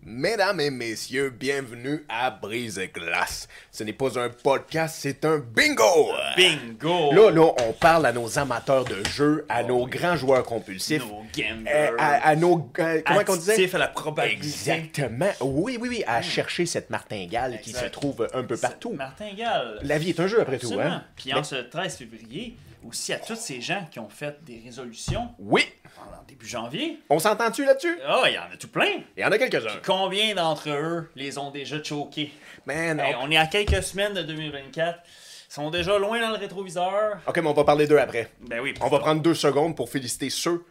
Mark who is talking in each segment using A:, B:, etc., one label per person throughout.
A: Mesdames et messieurs, bienvenue à Brise Glace. Ce n'est pas un podcast, c'est un bingo!
B: Bingo!
A: Là, là, on parle à nos amateurs de jeux, à nos grands joueurs compulsifs,
B: Nos
A: euh,
B: gamblers.
A: à, à nos. euh, comment qu'on disait?
B: Actifs à la probabilité.
A: Exactement. Oui, oui, oui, à chercher cette martingale qui se
B: Hmm. Exact.
A: trouve un peu partout.
B: Martin Gall.
A: La vie est un jeu après tout,
B: Absolument.
A: hein?
B: Puis en ce 13 février, aussi à tous ces gens qui ont fait des résolutions
A: Oui!
B: pendant début janvier.
A: On s'entend-tu là-dessus?
B: Ah, il y en a tout plein.
A: Il y en a quelques-uns.
B: Combien d'entre eux les ont déjà choqués?
A: Man,
B: Hey,
A: on-
B: on est à quelques semaines de 2024. Ils sont déjà loin dans le rétroviseur.
A: ok, mais on va parler d'eux après.
B: Ben oui.
A: On va prendre deux secondes pour féliciter ceux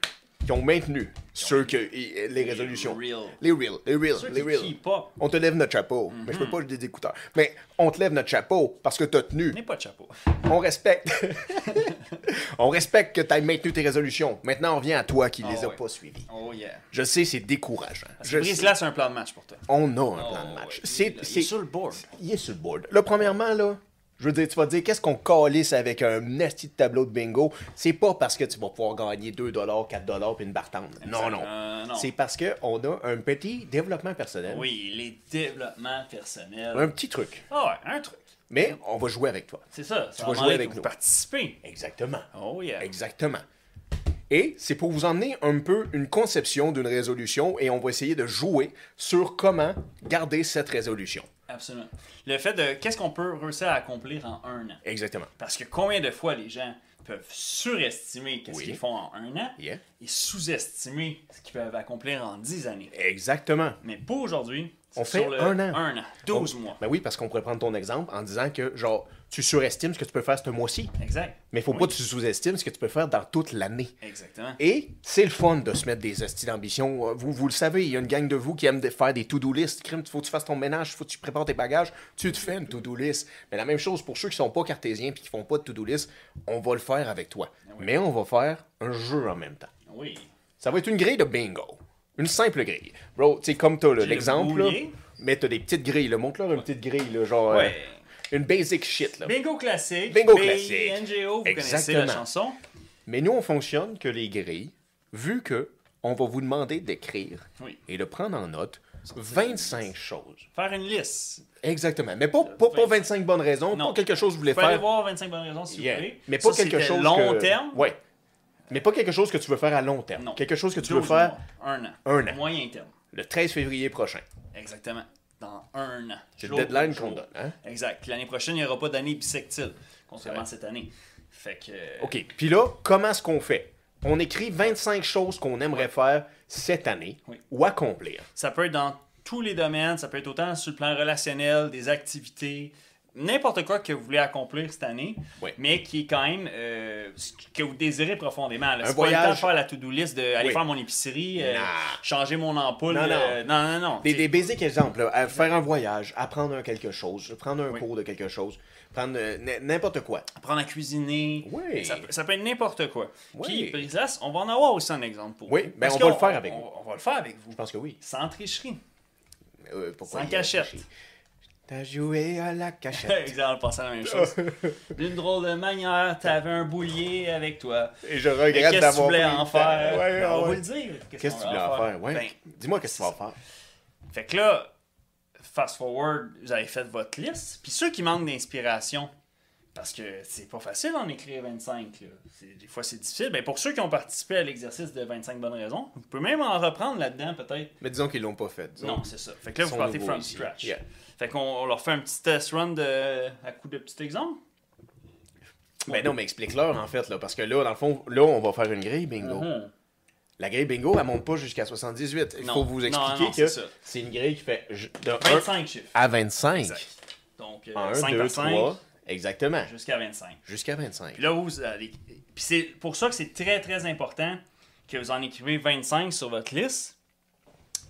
A: qui ont maintenu ceux que, et- et les résolutions.
B: real.
A: Les real. Les real.
B: Ceux
A: Les
B: qui Mhm.
A: real.
B: chient pas.
A: On te lève notre chapeau. Mais je peux pas, j'ai des écouteurs. Mais on te lève notre chapeau parce que t'as tenu.
B: N'aie pas de chapeau.
A: On respecte. on respecte que t'aies maintenu tes résolutions. Maintenant, on vient à toi qui les
B: Ah
A: as
B: ouais.
A: pas suivies.
B: Oh yeah.
A: Je sais, c'est décourageant. Je
B: Brise
A: sais.
B: là, c'est un plan de match pour toi.
A: On a un
B: Oh,
A: plan de match.
B: ouais.
A: C'est
B: Il est
A: c'est-
B: sur le board.
A: Il est sur le board. Là, premièrement, là, je veux dire, tu vas dire, qu'est-ce qu'on calisse avec un nasty de tableau de bingo? C'est pas parce que tu vas pouvoir gagner 2$, 4$ puis une bartende. Non, non.
B: Euh, non.
A: C'est parce qu'on a un petit développement personnel.
B: Oui, les développements personnels.
A: Un petit truc.
B: Ah ouais, un truc.
A: Mais on va jouer avec toi.
B: C'est ça. Tu
A: vas jouer avec nous.
B: Vous participez.
A: Exactement.
B: Oh yeah.
A: Exactement. Et c'est pour vous emmener un peu une conception d'une résolution et on va essayer de jouer sur comment garder cette résolution.
B: Absolument. Le fait de qu'est-ce qu'on peut réussir à accomplir en un an.
A: Exactement.
B: Parce que combien de fois les gens peuvent surestimer qu'est-ce
A: Oui.
B: qu'ils font en un an
A: Yeah.
B: et sous-estimer ce qu'ils peuvent accomplir en 10 années.
A: Exactement.
B: Mais pas aujourd'hui. c'est
A: On fait
B: sur le
A: un an.
B: Un an. 12 mois.
A: Ben oui, parce qu'on pourrait prendre ton exemple en disant que, genre, tu surestimes ce que tu peux faire ce mois-ci.
B: Exact.
A: Mais faut
B: Oui,
A: pas que tu sous-estimes ce que tu peux faire dans toute l'année.
B: Exactement.
A: Et c'est le fun de se mettre des hosties d'ambition. Euh, Vous, vous le savez, il y a une gang de vous qui aiment de- faire des to-do list. Crime, faut que tu fasses ton ménage, faut que tu prépares tes bagages. Tu te fais une to-do list. Mais la même chose pour ceux qui sont pas cartésiens puis qui font pas de to-do list, on va le faire avec toi.
B: Ah
A: Mais on va faire un jeu en même temps.
B: Oui.
A: Ça va être une grille de bingo. Une simple grille. Bro, tu sais, comme t'as là,
B: le
A: l'exemple, là,
B: boulier.
A: mais t'as des petites grilles. là. Montre-leur une petite grille, là, genre
B: Ouais.
A: euh, une basic shit. Là.
B: Bingo classique.
A: Bingo
B: BI,
A: classique.
B: NGO, vous connaissez
A: Exactement.
B: la chanson.
A: Mais nous, on fonctionne que les grilles, vu que on va vous demander d'écrire
B: Oui.
A: et de prendre en note 25 choses.
B: Faire une liste.
A: Exactement. Mais pas, pas, pas 25 bonnes raisons,
B: Non.
A: pas quelque chose que vous voulez
B: Faut aller
A: faire.
B: voir 25 bonnes raisons, s'il
A: Yeah.
B: vous plaît.
A: Mais
B: Ça,
A: pas quelque
B: c'était
A: chose.
B: long
A: que-
B: terme.
A: Ouais. Mais pas quelque chose que tu veux faire à long terme.
B: Non.
A: Quelque chose que tu veux
B: 12
A: faire
B: mois, Un an.
A: un an.
B: Moyen terme.
A: le 13 février prochain.
B: Exactement. Dans un an.
A: C'est le
B: Jour
A: deadline
B: pour
A: qu'on
B: jour.
A: donne. hein?
B: Exact. L'année prochaine, il n'y aura pas d'année bisectile, contrairement
A: Ouais.
B: à cette année. Fait que. euh,
A: OK. Puis là, comment est-ce qu'on fait? On écrit 25 choses qu'on aimerait faire cette année
B: Oui.
A: ou accomplir.
B: Ça peut être dans tous les domaines. Ça peut être autant sur le plan relationnel, des activités, n'importe quoi que vous voulez accomplir cette année,
A: Oui.
B: mais qui est quand même euh, ce que vous désirez profondément. là.
A: Un
B: C'est pas le temps de
A: voyage.
B: faire la to-do list, d'aller
A: Oui.
B: faire mon épicerie, euh,
A: Non.
B: changer mon ampoule.
A: Non, non.
B: euh, non, non, non.
A: Des,
B: T'sais,
A: des basic exemples, là, à faire un voyage, apprendre un quelque chose, prendre un
B: Oui.
A: cours de quelque chose, prendre euh, n- n'importe quoi.
B: apprendre à cuisiner.
A: Oui.
B: Ça, peut- ça peut être n'importe quoi.
A: Oui.
B: Puis, Brisas, on va en avoir aussi un exemple pour
A: Oui,
B: vous.
A: ben,
B: Parce
A: on va
B: qu'on-
A: le faire avec
B: on-
A: vous.
B: On va le faire avec vous.
A: Je pense que oui.
B: Sans tricherie.
A: Euh, pourquoi
B: Sans
A: il y a-
B: cachette.
A: T'as joué à la cachette.
B: Exactement, on pensait à la même chose. D'une drôle de manière, t'avais un boulier avec toi.
A: Et je
B: Mais
A: regrette
B: Qu'est-ce que tu
A: d'avoir.
B: voulais
A: pris le
B: en
A: temps.
B: faire?
A: Ouais,
B: Ben, on
A: ouais.
B: va le dire.
A: Qu'est-ce que
B: qu'on
A: tu voulais en faire? Ouais.
B: Ben,
A: Dis-moi qu'est-ce que tu vas en faire.
B: fait que là, fast forward, vous avez fait votre liste. Puis ceux qui manquent d'inspiration, parce que c'est pas facile d'en écrire 25. là. C'est- Des fois, c'est difficile. Ben, pour ceux qui ont participé à l'exercice de 25 bonnes raisons, vous pouvez même en reprendre là-dedans, peut-être.
A: Mais disons qu'ils l'ont pas fait. disons.
B: Non, c'est ça. Fait que là,
A: Ils
B: vous
A: sont
B: partez
A: nouveaux
B: from
A: ici.
B: scratch.
A: Yeah.
B: Fait qu'on on leur fait un petit test run de, à coup de petit exemple.
A: Ben non, mais explique-leur en fait, là, parce que là, dans le fond, là, on va faire une grille, bingo.
B: Mhm.
A: La grille bingo, elle monte pas jusqu'à 78. Il
B: Non.
A: faut vous
B: Non,
A: expliquer
B: non, non,
A: que
B: c'est ça.
A: c'est une grille qui fait j- de 1
B: 25 chiffres.
A: à 25.
B: Exact. Donc, euh,
A: En 1,
B: 5
A: 2,
B: par 5
A: 3. Exactement.
B: jusqu'à 25.
A: Jusqu'à 25.
B: Puis là, vous allez... Puis c'est pour ça que c'est très, très important que vous en écrivez 25 sur votre liste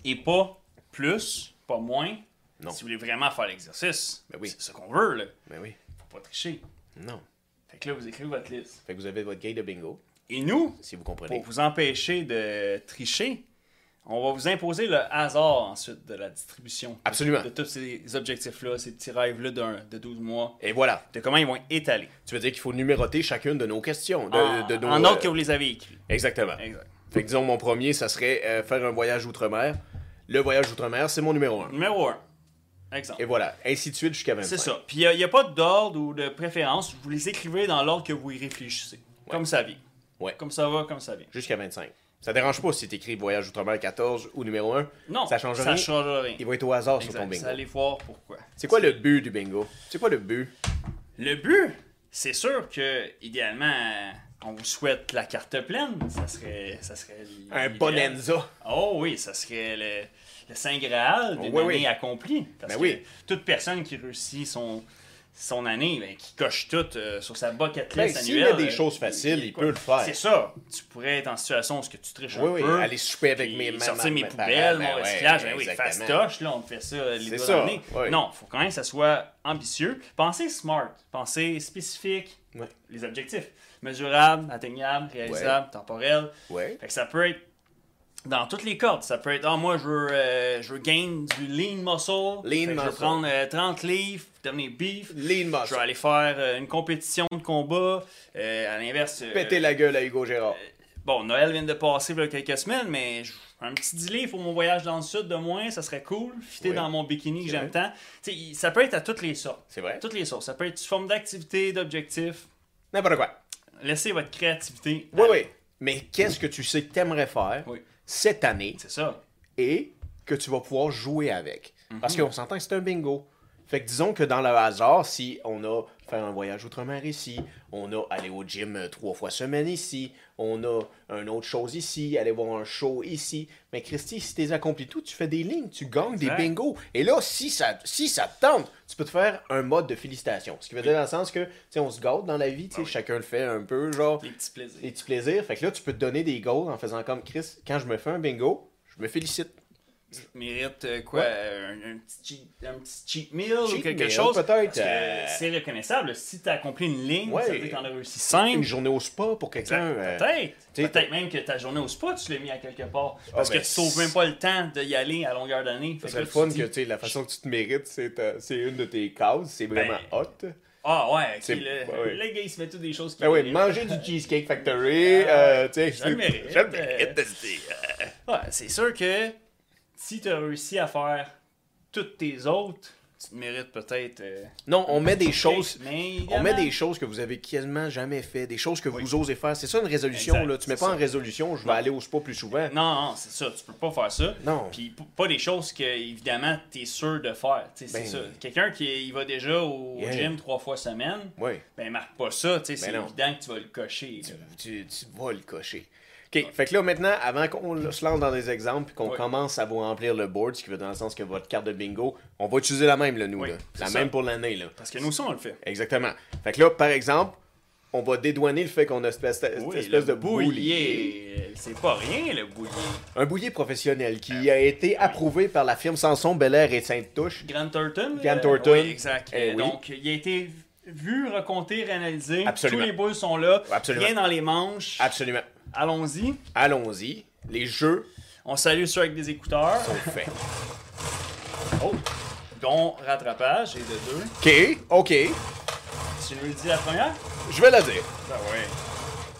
B: et pas plus, pas moins,
A: Non.
B: si vous voulez vraiment faire l'exercice.
A: Ben oui.
B: C'est ce qu'on veut, là.
A: Mais Ben oui.
B: Faut pas tricher.
A: Non.
B: Fait que là, vous écrivez votre liste.
A: Fait que vous avez votre grille de bingo,
B: Et nous,
A: si vous comprenez.
B: pour vous empêcher de tricher, on va vous imposer le hasard ensuite de la distribution.
A: Absolument.
B: De tous ces objectifs-là, ces petits rêves-là d'un- de 12 mois,
A: Et voilà.
B: de comment ils vont être étalés.
A: Tu veux dire qu'il faut numéroter chacune de nos questions. De,
B: en,
A: de nos,
B: en ordre Ah, que
A: euh,
B: vous les avez écrits.
A: Exactement.
B: Exact.
A: Fait que disons, mon premier, ça serait euh, faire un voyage outre-mer. Le voyage outre-mer, c'est mon numéro 1.
B: Numéro 1. Exemple.
A: Et voilà, ainsi de suite jusqu'à 25.
B: C'est ça. Puis il n'y a, pas d'ordre ou de préférence. Vous les écrivez dans l'ordre que vous y réfléchissez. Comme ça vient.
A: Ouais.
B: Comme ça va, comme ça vient.
A: Jusqu'à 25. Ça dérange pas si t'écris Voyage outre-mer 14 ou numéro 1.
B: Non,
A: Ça change rien.
B: Ça change rien.
A: Il va être au hasard sur
B: Exact.
A: ton bingo.
B: Vous allez voir pourquoi.
A: C'est quoi le but du bingo? C'est quoi le but?
B: Le but, c'est sûr que, idéalement, on vous souhaite la carte pleine. Ça serait. Ça serait
A: Un
B: l'idéal.
A: bonanza.
B: Oh oui, ça serait le, le Saint Graal d'une
A: Oui,
B: année
A: oui.
B: accomplie. Parce
A: Ben
B: que
A: oui.
B: toute personne qui réussit son, son année, ben, qui coche tout euh, sur sa bucket
A: Ben,
B: list
A: s'il
B: annuelle.
A: met des
B: euh,
A: choses faciles, il
B: quoi.
A: peut le faire.
B: C'est ça. Tu pourrais être en situation où ce que tu triches un
A: Oui, oui,
B: peu.
A: aller souper avec
B: puis
A: mes ma-
B: sortir
A: ma-
B: mes
A: mes
B: poubelles,
A: parents,
B: mon
A: ben ouais,
B: recyclage, ben oui,
A: exactement.
B: fastoche, là, on fait ça les
A: C'est
B: doigts
A: ça,
B: dans le nez.
A: oui.
B: Non, faut quand même que ça soit ambitieux. Pensez smart, pensez spécifique,
A: Ouais.
B: les objectifs. Mesurable, atteignable, réalisable, temporel.
A: Ouais.
B: Fait que ça peut être dans toutes les cordes. Ça peut être, ah, moi, je veux, euh, je veux gain du lean muscle.
A: Lean
B: Fait que Je veux
A: muscle.
B: prendre euh, 30 livres, devenir beef.
A: Lean
B: Je
A: muscle.
B: veux aller faire euh, une compétition de combat. Euh, à l'inverse. euh,
A: Péter la gueule à Hugo Gérard.
B: Bon, Noël vient de passer il y a quelques semaines, mais je- un petit délai pour mon voyage dans le sud de moins, ça serait cool. Fitter
A: Oui.
B: dans mon bikini que
A: C'est
B: j'aime tant. Tu sais, il- ça peut être à toutes les sortes.
A: C'est vrai.
B: Toutes les sortes. Ça peut être sous forme d'activité, d'objectif.
A: N'importe quoi.
B: Laissez votre créativité.
A: Oui, oui. Mais qu'est-ce que tu sais que t'aimerais faire
B: Oui.
A: cette année
B: C'est ça.
A: et que tu vas pouvoir jouer avec? Parce qu'on s'entend que c'est un bingo. Fait que disons que dans le hasard, si on a faire un voyage outre-mer ici, on a aller au gym euh, trois fois semaine ici, on a une autre chose ici, aller voir un show ici. Mais Christy, si t'es accompli tout, tu fais des lignes, tu gagnes
B: Exact.
A: des bingos. Et là, si ça, si ça te tente, tu peux te faire un mode de félicitation. Ce qui veut dire dans le sens que, tu sais, on se gâte dans la vie, tu sais, chacun le fait un peu, genre
B: Des petits plaisirs.
A: des petits plaisirs. Fait que là, tu peux te donner des goals en faisant comme Chris. Quand je me fais un bingo, je me félicite.
B: mérite euh, quoi
A: Ouais.
B: euh, un, un petit cheat, un petit cheat meal ou
A: Cheat
B: quelque
A: meal,
B: chose
A: peut-être,
B: parce que
A: euh,
B: c'est reconnaissable si tu as accompli une ligne
A: Ouais.
B: ça veut dire que t'en as réussi
A: Une
B: 5
A: journée au spa pour quelqu'un. euh,
B: peut-être
A: t'sais,
B: peut-être même que ta journée au spa tu l'as mis à quelque part parce
A: ben,
B: que tu sauves même pas le temps d'y aller à longueur d'année
A: ça
B: Fait
A: serait
B: que
A: le
B: là,
A: fun
B: tu
A: que
B: dis,
A: tu sais, la façon que tu te mérites, c'est ta- c'est une de tes cases. C'est
B: Ben,
A: vraiment hot. Ben
B: ah ouais ok,
A: C'est-
B: le,
A: ouais, ouais.
B: le gars il se met tout des choses qui
A: Ben oui,
B: méritent.
A: manger du Cheesecake Factory. euh, tu sais,
B: Ah, je le mérite,
A: je le mérite,
B: euh.
A: c'est-
B: Ouais, Ah, c'est sûr que si tu as réussi à faire toutes tes autres tu te mérites peut-être euh,
A: Non, on met des choses.
B: mais
A: On met
B: évidemment,
A: des choses que vous avez quasiment jamais fait, des choses que vous osez faire. C'est ça une résolution,
B: Exact,
A: là. Tu mets
B: c'est
A: pas
B: ça.
A: en résolution, je vais aller au spa plus souvent.
B: Non, non, c'est ça, tu peux pas faire ça.
A: Non.
B: Puis p- pas des choses que, évidemment, t'es sûr de faire. Tu sais,
A: Ben.
B: c'est ça. Quelqu'un qui il va déjà au
A: Yeah.
B: gym trois fois semaine,
A: Ouais.
B: ben marque pas ça, tu sais, c'est
A: non.
B: évident que tu vas le cocher. là.
A: tu, tu vas le cocher. OK, fait que là, maintenant, avant qu'on le- se lance dans des exemples et qu'on
B: Oui.
A: commence à vous remplir le board, ce qui veut dans le sens que votre carte de bingo, on va utiliser la même, là, nous,
B: Oui,
A: là.
B: c'est
A: La
B: ça.
A: même pour l'année, là.
B: Parce que nous aussi, on le fait.
A: Exactement. Fait que là, par exemple, on va dédouaner le fait qu'on a cette espèce, cette
B: Oui,
A: espèce
B: le
A: de boulier.
B: euh, C'est pas rien, le boulier.
A: Un boulier professionnel
B: Ah.
A: qui a été approuvé par la firme Sanson, Belair et Sainte-Touche.
B: Grant Thornton.
A: Grant
B: euh,
A: Thornton.
B: oui, exact.
A: Eh
B: Euh,
A: oui.
B: Donc, il a été vu, raconté, réanalysé.
A: Absolument.
B: Tous les boules sont là.
A: Absolument.
B: Rien dans les manches.
A: Absolument.
B: Allons-y.
A: Allons-y. Les jeux
B: On salue ceux avec des écouteurs.
A: sont faits.
B: Oh! Dont rattrapage et de deux.
A: OK, OK.
B: Tu nous le dis la première?
A: Je vais la dire.
B: Ben ouais.
A: Oh,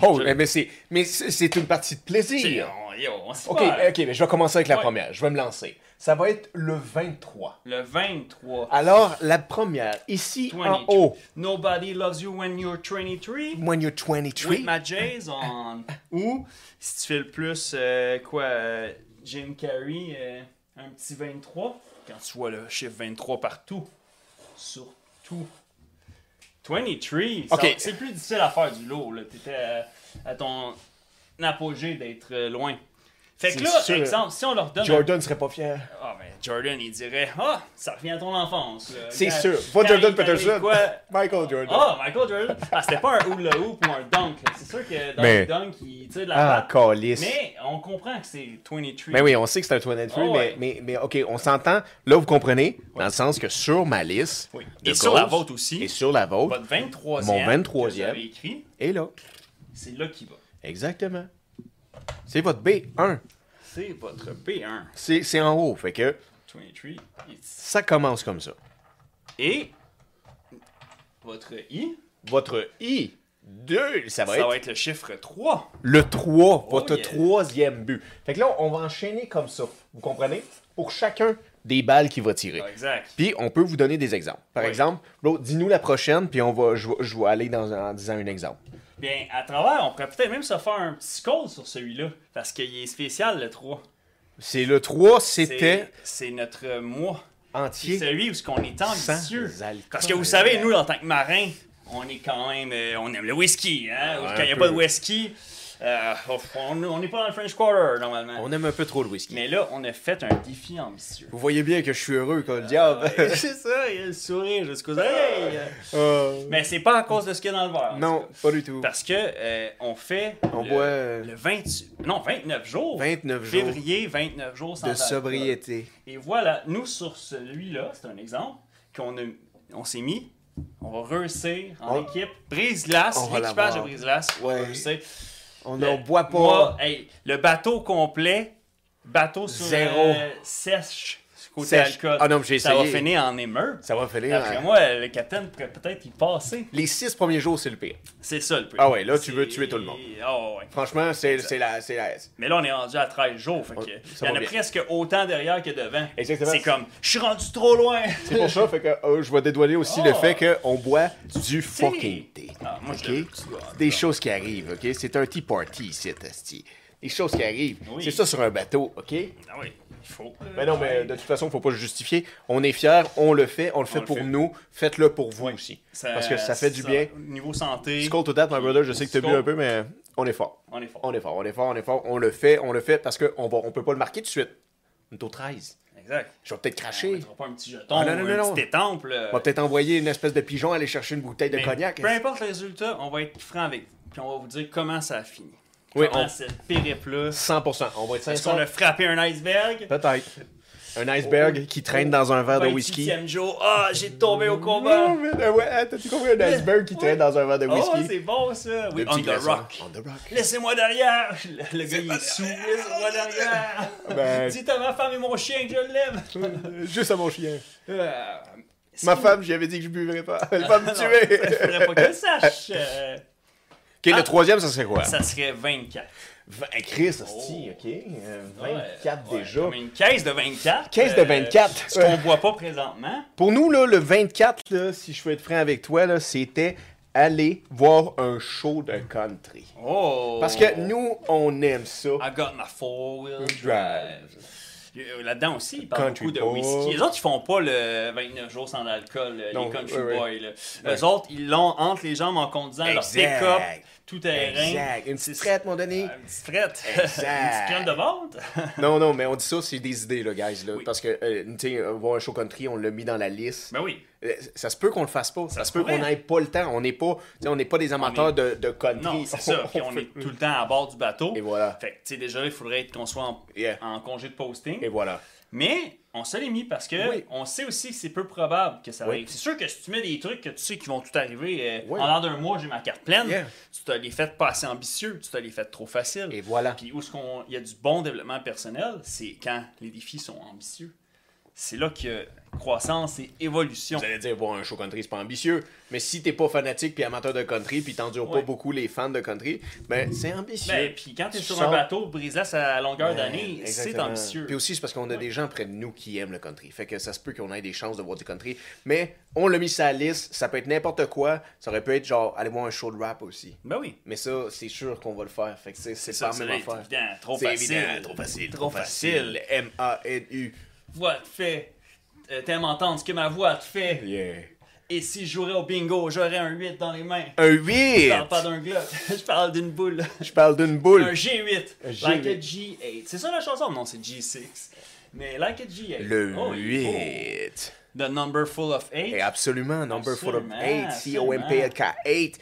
B: Je-
A: mais c'est mais c'est- c'est une partie de plaisir.
B: on, oh, yo, on s'y
A: Ok, euh,
B: parle.
A: ok, mais je vais commencer avec la
B: Ouais.
A: première. Je vais me lancer. Ça va être le 23.
B: Le 23.
A: Alors, la première, ici en
B: 23.
A: haut.
B: Nobody loves you when you're 23.
A: When you're 23.
B: With my Jays on. Ou, si tu fais le plus, euh, quoi, euh, Jim Carrey, euh, un petit 23. Quand tu vois le chiffre 23 partout. Surtout. 23. ça-
A: Ok.
B: C'est plus difficile à faire du lot. là. T'étais à, à ton apogée d'être euh, loin. Fait que
A: C'est
B: là,
A: sûr.
B: exemple, si on leur donne un
A: Jordan serait pas fier.
B: Ah, mais Jordan, il dirait Ah, ça revient à ton enfance. là.
A: C'est
B: Quand-
A: sûr. Pas
B: quand
A: Jordan
B: il t'arrive
A: Peterson.
B: quoi?
A: Michael Jordan.
B: Ah, Michael Jordan. Ah, c'était pas un hula hoop ou un dunk. là. C'est sûr que dans
A: Mais-
B: le dunk, il tire de la
A: ah,
B: patte.
A: calice.
B: Mais on comprend que c'est 23.
A: Ben oui, on sait que c'est un 23,
B: Oh, ouais.
A: mais, mais, mais ok, on s'entend. Là, vous comprenez, dans le sens que sur ma liste,
B: Oui.
A: de
B: Et sur la
A: goals,
B: vôtre aussi.
A: et sur la vôtre,
B: Votre 23e.
A: Mon 23e.
B: que vous avez écrit,
A: et là,
B: c'est là qu'il va.
A: exactement. C'est votre B1.
B: C'est votre P1.
A: C'est c'est en haut, fait que
B: 23. it's-
A: ça commence comme ça.
B: Et votre I.
A: Votre I, 2. 2, ça va
B: Ça
A: être
B: va être le chiffre 3.
A: le 3,
B: Oh,
A: votre
B: yeah.
A: troisième but. Fait que là, on va enchaîner comme ça. Vous comprenez? Pour chacun des balles qu'il va tirer.
B: Exact.
A: Puis on peut vous donner des exemples. Par
B: Oui.
A: exemple, Bro, dis-nous la prochaine, puis on va, je, vais- je vais aller dans, en disant un exemple.
B: Bien, à travers, on pourrait peut-être même se faire un petit call sur celui-là. Parce qu'il est spécial, le 3.
A: C'est le 3,
B: C'est-
A: c'était
B: C'est notre euh, mois. C'est
A: entier.
B: celui où ce qu'on est ambitieux.
A: sans alcool.
B: Parce que vous savez, nous, en tant que marins, on est quand même. euh, on aime le whisky. Hein?
A: Ouais,
B: Quand il n'y a
A: Ah, un
B: pas de
A: peu.
B: whisky, euh, on n'est pas dans le French Quarter, normalement.
A: On aime un peu trop le whisky.
B: Mais là, on a fait un défi ambitieux. Ah,
A: Vous voyez bien que je suis heureux, comme le diable.
B: Ouais, c'est ça, il a le sourire jusqu'aux oreilles.
A: Euh,
B: Mais c'est pas à cause de ce qu'il y a dans le verre. en tout
A: non,
B: cas.
A: pas du tout.
B: Parce que euh, on fait
A: On
B: le,
A: boit euh,
B: le 20, non, 29 jours.
A: 29 jours
B: février, 29 jours sans
A: de
B: alcool.
A: sobriété.
B: Et voilà, nous sur celui-là, c'est un exemple qu'on a- on s'est mis. On va réussir en
A: On-
B: équipe. Brise glace,
A: On va
B: l'équipage de
A: l'avoir.
B: brise glace.
A: Ouais. On n'en boit pas.
B: le bateau complet, bateau sur
A: Zéro.
B: euh, sèche côté
A: Sèche.
B: alcool.
A: Ah non, mais j'ai
B: ça va
A: essayé.
B: finir en émeute.
A: Ça va finir.
B: D'après
A: hein.
B: moi, le capitaine pourrait peut-être y passer.
A: Les six premiers jours, c'est le pire.
B: C'est ça le plus.
A: Ah ouais, là, tu
B: C'est-
A: veux tuer tout le monde.
B: Ah ouais, ouais.
A: Franchement, c'est c'est la, c'est la.
B: Mais là, on est rendu à 13 jours. Fait que,
A: Ouais, ça
B: il y en
A: va
B: a
A: bien.
B: presque autant derrière que devant.
A: Exactement.
B: C'est comme, je suis rendu trop loin.
A: C'est pour ça, fait que euh, je vais dédouaner aussi
B: Oh.
A: le fait qu'on boit du fucking thé.
B: Ah, moi, je
A: ok?
B: devais plus boire.
A: Des choses qui arrivent, ok? C'est un tea party ici, Testi. Des choses qui arrivent.
B: Oui.
A: C'est ça sur un bateau, ok?
B: Ah oui, il faut.
A: Mais Euh, Ben non, mais de toute façon, faut pas le justifier. On est fiers, on le fait, on le fait
B: le
A: pour
B: fait.
A: nous. Faites-le pour vous aussi.
B: Ça-
A: Parce que ça fait du bien.
B: au Niveau santé,
A: Skull to that, my brother, je sais que t'as bu
B: Skull.
A: un peu, mais on est fort.
B: on est fort.
A: On est fort, on est fort, on est fort. On le fait, on le fait parce qu'on on peut pas le marquer tout de suite. On est au 13.
B: Exact.
A: Je vais peut-être
B: On
A: cracher.
B: mettra pas un petit jeton,
A: Ah, non, non,
B: un
A: non,
B: petit
A: non.
B: étampe. là.
A: On va peut-être envoyer une espèce de pigeon aller chercher une bouteille de
B: Mais
A: cognac.
B: Peu importe le résultat, on va être franc avec vous. Puis on va vous dire comment ça a fini.
A: Oui,
B: comment
A: on-
B: cette périple-là.
A: 100%. On va être
B: Est-ce qu'on
A: 500.
B: a frappé un iceberg?
A: Peut-être. Oh. Un iceberg qui traîne dans un verre de whisky.
B: 28e jour. Ah, j'ai tombé au combat.
A: Non, mais euh, ouais, hein, t'as-tu compris un iceberg qui traîne dans un verre de
B: Oh,
A: whisky?
B: c'est bon ça. Oui,
A: Deux
B: on
A: petits
B: the
A: glaçons.
B: rock.
A: On the rock.
B: Laissez-moi derrière. Le, le gars, il est sous. Laissez-moi derrière.
A: Ben-
B: Dites à ma femme et mon chien que je l'aime.
A: Euh, Juste à mon chien.
B: Euh,
A: Ma
B: si-
A: femme, j'avais dit que je buvais pas. Elle va me
B: Non,
A: tuer.
B: ça, faudrait pas qu'elle sache. Euh,
A: Ok, le
B: Ah.
A: troisième, ça serait quoi?
B: ça serait 24.
A: Vingt- eh, Chris, hostie, ok. euh, 24
B: Ouais,
A: déjà.
B: Comme une caisse de 24.
A: 15 de
B: euh,
A: 24.
B: ce qu'on voit pas présentement.
A: Pour nous, là, le 24, là, si je peux être franc avec toi, là, c'était aller voir un show de country.
B: Oh! Ah,
A: Parce que nous, on aime ça.
B: I got my four-wheel
A: Drive.
B: drive. Euh, Là-dedans aussi, ils parlent
A: Country
B: beaucoup de
A: boy.
B: whisky. Les autres, ils font pas le 29 jours sans alcool, euh,
A: Non,
B: les country
A: ouais, ouais.
B: boys. là.
A: Ouais.
B: Eux autres, ils l'ont entre les jambes en conduisant
A: Exact.
B: leur pick-up, tout terrain.
A: Exact. Une petite
B: C'est-
A: frette, mon donné.
B: Une petite frette.
A: Exact.
B: Une petite crème de vente.
A: Non, non, mais on dit ça, c'est des idées, là, guys. Là,
B: Oui.
A: Parce que, euh, tu sais, euh, voir un show country, on l'a mis dans la liste.
B: ben oui.
A: Euh, Ça se peut qu'on le fasse pas. Ça,
B: Ça
A: se
B: se
A: peut qu'on
B: pourrait.
A: n'ait pas le temps. On n'est pas, tu sais, on n'est pas des amateurs de, de country.
B: Non, c'est ça. Puis on
A: fait-
B: est tout le temps à bord du bateau.
A: Et voilà.
B: Fait que, tu sais, déjà, il faudrait qu'on soit en,
A: Yeah.
B: en congé de posting.
A: Et voilà.
B: Mais on se l'est mis parce que
A: Oui.
B: on sait aussi que c'est peu probable que ça
A: Oui.
B: arrive. C'est sûr que si tu mets des trucs que tu sais qui vont tout arriver, euh,
A: Oui.
B: en l'air d'un mois, j'ai ma carte pleine,
A: Yeah.
B: tu te les fait pas assez ambitieux, tu te les fait trop facile.
A: Et voilà.
B: Puis où est-ce qu'on- il y a du bon développement personnel, c'est quand les défis sont ambitieux. C'est là que croissance et évolution.
A: Vous allez dire, voir un show country, c'est pas ambitieux. Mais si t'es pas fanatique puis amateur de country puis t'endures
B: Ouais.
A: pas beaucoup les fans de country, ben c'est ambitieux.
B: Ben, puis quand tu es
A: Tu
B: sur
A: sors-
B: un bateau, brise à longueur
A: Ouais,
B: d'année, c'est
A: Ben, exactement.
B: ambitieux.
A: Puis aussi, c'est parce qu'on a des gens près de nous qui aiment le country. Fait que ça se peut qu'on ait des chances de voir du country. Mais on l'a mis sur la liste. Ça peut être n'importe quoi. Ça aurait pu être genre, aller voir un show de rap aussi.
B: Ben oui.
A: Mais ça, c'est sûr qu'on va le faire. Fait que c'est c'est
B: ça,
A: pas la
B: ça
A: même
B: va
A: affaire.
B: être évident. Trop
A: C'est
B: facile.
A: évident, trop facile.
B: Trop facile.
A: M-A-N-U.
B: Voix te fait. euh, T'aimes entendre ce que ma voix te fait.
A: Yeah.
B: Et si je jouerais au bingo, j'aurais un 8 dans les mains.
A: Un
B: Je
A: 8!
B: parle pas d'un globe, je parle d'une boule.
A: Je parle d'une
B: Un
A: boule.
B: G8.
A: Un G8.
B: Like a G8. C'est ça la chanson? Non, c'est G6. Mais like a G8.
A: Le
B: Oh, oh.
A: 8.
B: The number full of 8.
A: Et absolument, number full of
B: Absolument,
A: 8, C-O-M-P-L-K 8.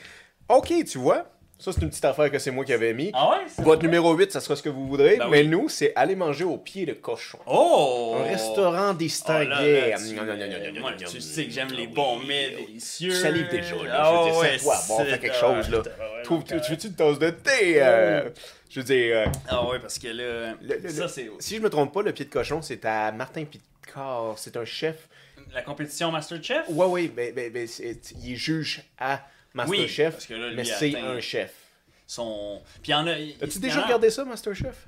A: OK, tu vois, ça c'est une petite affaire que c'est moi qui avais mis.
B: Ah ouais? ça-
A: Votre numéro 8, ça sera ce que vous voudrez,
B: Ben
A: mais
B: oui.
A: nous, c'est aller manger au pied de cochon.
B: Oh!
A: Un restaurant
B: Oh là là,
A: distingué. Miam,
B: tu-
A: miam, miam, miam, miam,
B: moi,
A: miam,
B: tu
A: miam.
B: sais que j'aime les
A: Ah Oui,
B: bons mets
A: oui.
B: délicieux.
A: Je salive déjà, là.
B: Ah
A: je veux dire,
B: ouais,
A: c'est toi, bon,
B: c'est-
A: faire quelque chose, là.
B: Ah ouais,
A: Trouve-
B: donc,
A: tu,
B: euh,
A: tu veux-tu une tasse de thé? euh, je veux dire, euh,
B: Ah ouais, parce que là,
A: le- le- le-
B: ça c'est...
A: si je me trompe pas, le pied de cochon, c'est à Martin Picard. C'est un chef
B: la compétition Masterchef.
A: Ouais, oui, mais, mais, mais c'est- il juge à Masterchef,
B: parce que là, lui,
A: mais
B: il a
A: c'est
B: atteint-
A: un chef.
B: Son... Puis il y en a. il-
A: As-tu
B: il
A: déjà
B: y en a-
A: regardé ça, Masterchef?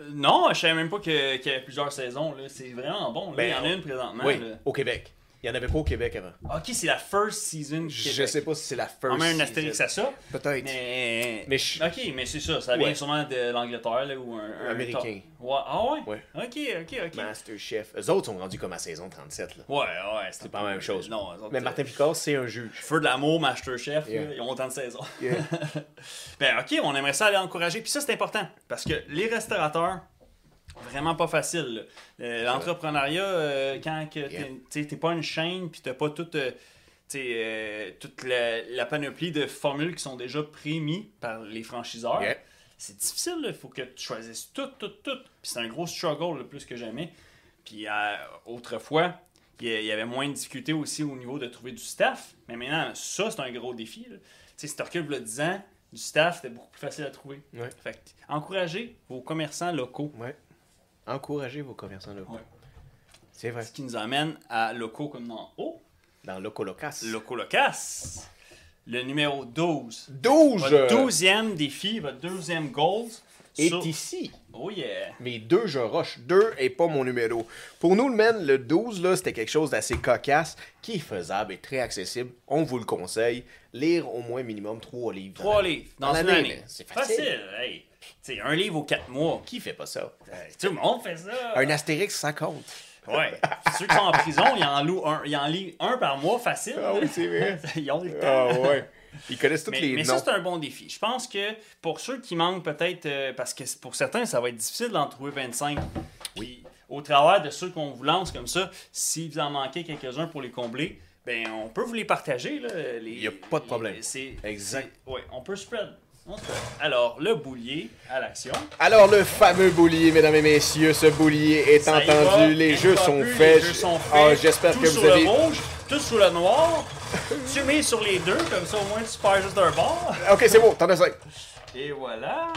B: Euh, Non, je savais même pas que- qu'il y avait plusieurs saisons. là. C'est vraiment bon. là.
A: Ben,
B: il y en a une présentement.
A: oui,
B: là.
A: au Québec. Il n'y en avait pas au Québec avant.
B: Ok, c'est la first season. du
A: Je
B: Québec.
A: sais pas si c'est la first.
B: On met un
A: season.
B: astérix à ça.
A: Peut-être.
B: Mais.
A: Mais je-
B: Ok, mais c'est ça. Ça vient
A: Ouais.
B: sûrement de l'Angleterre là, ou un. un
A: Américain.
B: Ouais. Ah ouais?
A: Ouais. Ben,
B: Ok, ok, ok.
A: Masterchef. Eux autres sont rendus comme à saison 37. Là.
B: Ouais, ouais.
A: C'est pas la même chose.
B: Non, eux autres,
A: Mais
B: euh,
A: Martin Picard, c'est un juge.
B: Feu de l'amour, Masterchef,
A: Yeah.
B: là, ils ont autant de saisons.
A: Yeah.
B: ben ok, on aimerait ça aller encourager. Puis ça, c'est important. Parce que les restaurateurs, vraiment pas facile. là. Euh, L'entrepreneuriat, euh, quand que t'es-
A: Yeah.
B: t'sais, t'es pas une chaîne, puis t'as pas toute, euh, t'sais, euh, toute la, la panoplie de formules qui sont déjà prémis par les franchiseurs.
A: Yeah.
B: C'est difficile, il faut que tu choisisses tout, tout, tout. Puis c'est un gros struggle, là, plus que jamais. Puis euh, autrefois, il y a- il y avait moins de difficultés aussi au niveau de trouver du staff. Mais maintenant, ça, c'est un gros défi. là. Tu sais, si tu recules le 10 ans, du staff, c'était beaucoup plus facile à trouver.
A: Ouais.
B: Fait que, encouragez vos commerçants locaux.
A: Ouais. Encouragez vos commerçants locaux.
B: Ouais.
A: C'est vrai.
B: Ce qui nous amène à locaux comme en haut,
A: Dans Locolocas.
B: locaux locas. Le numéro 12.
A: 12!
B: Votre douzième défi, votre deuxième goal.
A: est
B: sur-
A: ici.
B: Oh yeah!
A: Mais deux, je rush. Deux est pas mon numéro. Pour nous, le men, le 12, là, c'était quelque chose d'assez cocasse, qui est faisable et très accessible. On vous le conseille. Lire au moins minimum trois livres. dans
B: Trois
A: l'année.
B: livres dans
A: Euh, Dans
B: une
A: l'année,
B: année.
A: là, c'est facile.
B: hey. T'sais, un livre aux quatre mois.
A: Qui fait pas ça?
B: Euh, Tout le monde fait ça.
A: Un astérix, ça compte.
B: Ouais. Ceux qui sont en prison, ils en louent un, ils en lisent un par mois facile.
A: Ah oui, c'est vrai.
B: ils ont le temps.
A: Ah ouais. Ils connaissent tous
B: Mais,
A: les
B: mais
A: noms.
B: ça, c'est un bon défi. Je pense que pour ceux qui manquent peut-être, euh, parce que c'est- pour certains, ça va être difficile d'en trouver 25. Oui. Au travers de ceux qu'on vous lance comme ça, si vous en manquez quelques-uns pour les combler, ben on peut vous les partager. là, les-
A: Il y a pas de problème.
B: les- c'est-
A: Exact.
B: c'est- ouais, on peut spread. On spread. Alors, le boulier à l'action.
A: Alors, le fameux boulier, mesdames et messieurs, ce boulier est
B: Ça y
A: entendu.
B: va,
A: les,
B: elle
A: jeux
B: va
A: sont
B: plus,
A: faits.
B: les jeux sont faits.
A: Ah, J'espère
B: Tout
A: que vous
B: sur
A: avez.
B: le rouge, tout sur le noir. tu mets sur les deux, comme ça au moins tu pars juste d'un bord.
A: Ok, c'est bon, t'en as cinq.
B: Et voilà.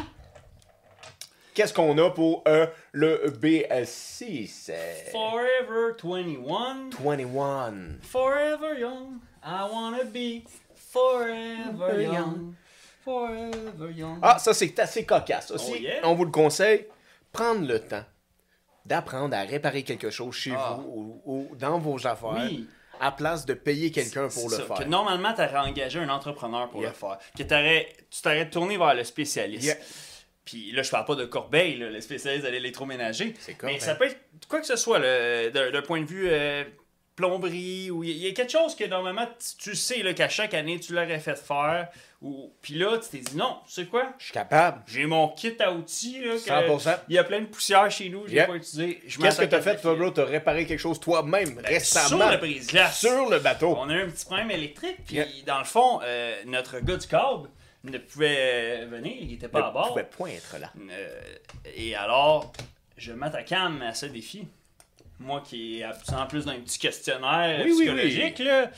A: Qu'est-ce qu'on a pour euh, le B6 euh,
B: Forever 21.
A: 21.
B: Forever young. I wanna be forever young. Forever young.
A: Ah, ça, c'est assez cocasse. Aussi,
B: Oh, yeah.
A: on vous le conseille, prendre le temps d'apprendre à réparer quelque chose chez
B: Ah.
A: vous ou, ou dans vos affaires,
B: Oui.
A: à place de payer quelqu'un
B: C'est
A: pour le
B: ça,
A: faire.
B: Que normalement, tu engagé un entrepreneur pour
A: Yeah.
B: le faire. Que t'aurais- tu t'aurais tourné vers le spécialiste.
A: Yeah.
B: Puis là, je parle pas de Corbeil, là, le spécialiste de l'électroménager.
A: C'est Corbeil.
B: Mais ça peut être quoi que ce soit, là, d'un d'un point de vue euh, plomberie, ou il y, a quelque chose que normalement, tu- tu sais là, qu'à chaque année, tu l'aurais fait faire. Ou... Puis là, tu t'es dit non, tu sais quoi?
A: Je suis capable.
B: J'ai mon kit à outils. Là, que
A: 100%.
B: Il y a plein de poussière chez nous, je l'ai
A: Yeah.
B: pas utilisé. Je
A: Qu'est-ce que
B: m'attaque
A: t'as
B: à
A: fait,
B: le
A: Fabio?
B: faire.
A: T'as réparé quelque chose toi-même
B: Ben, Sur
A: récemment
B: le brise-glace.
A: sur le bateau.
B: On a eu un petit problème électrique, puis
A: Yeah.
B: dans le fond, euh, notre gars du câble ne pouvait euh, venir, il était pas à
A: ne
B: bord.
A: pouvait point être là.
B: Euh, et alors, je m'attaquais à m- à ce défi. Moi qui ai absent en plus d'un petit questionnaire
A: Oui, oui,
B: psychologique, là.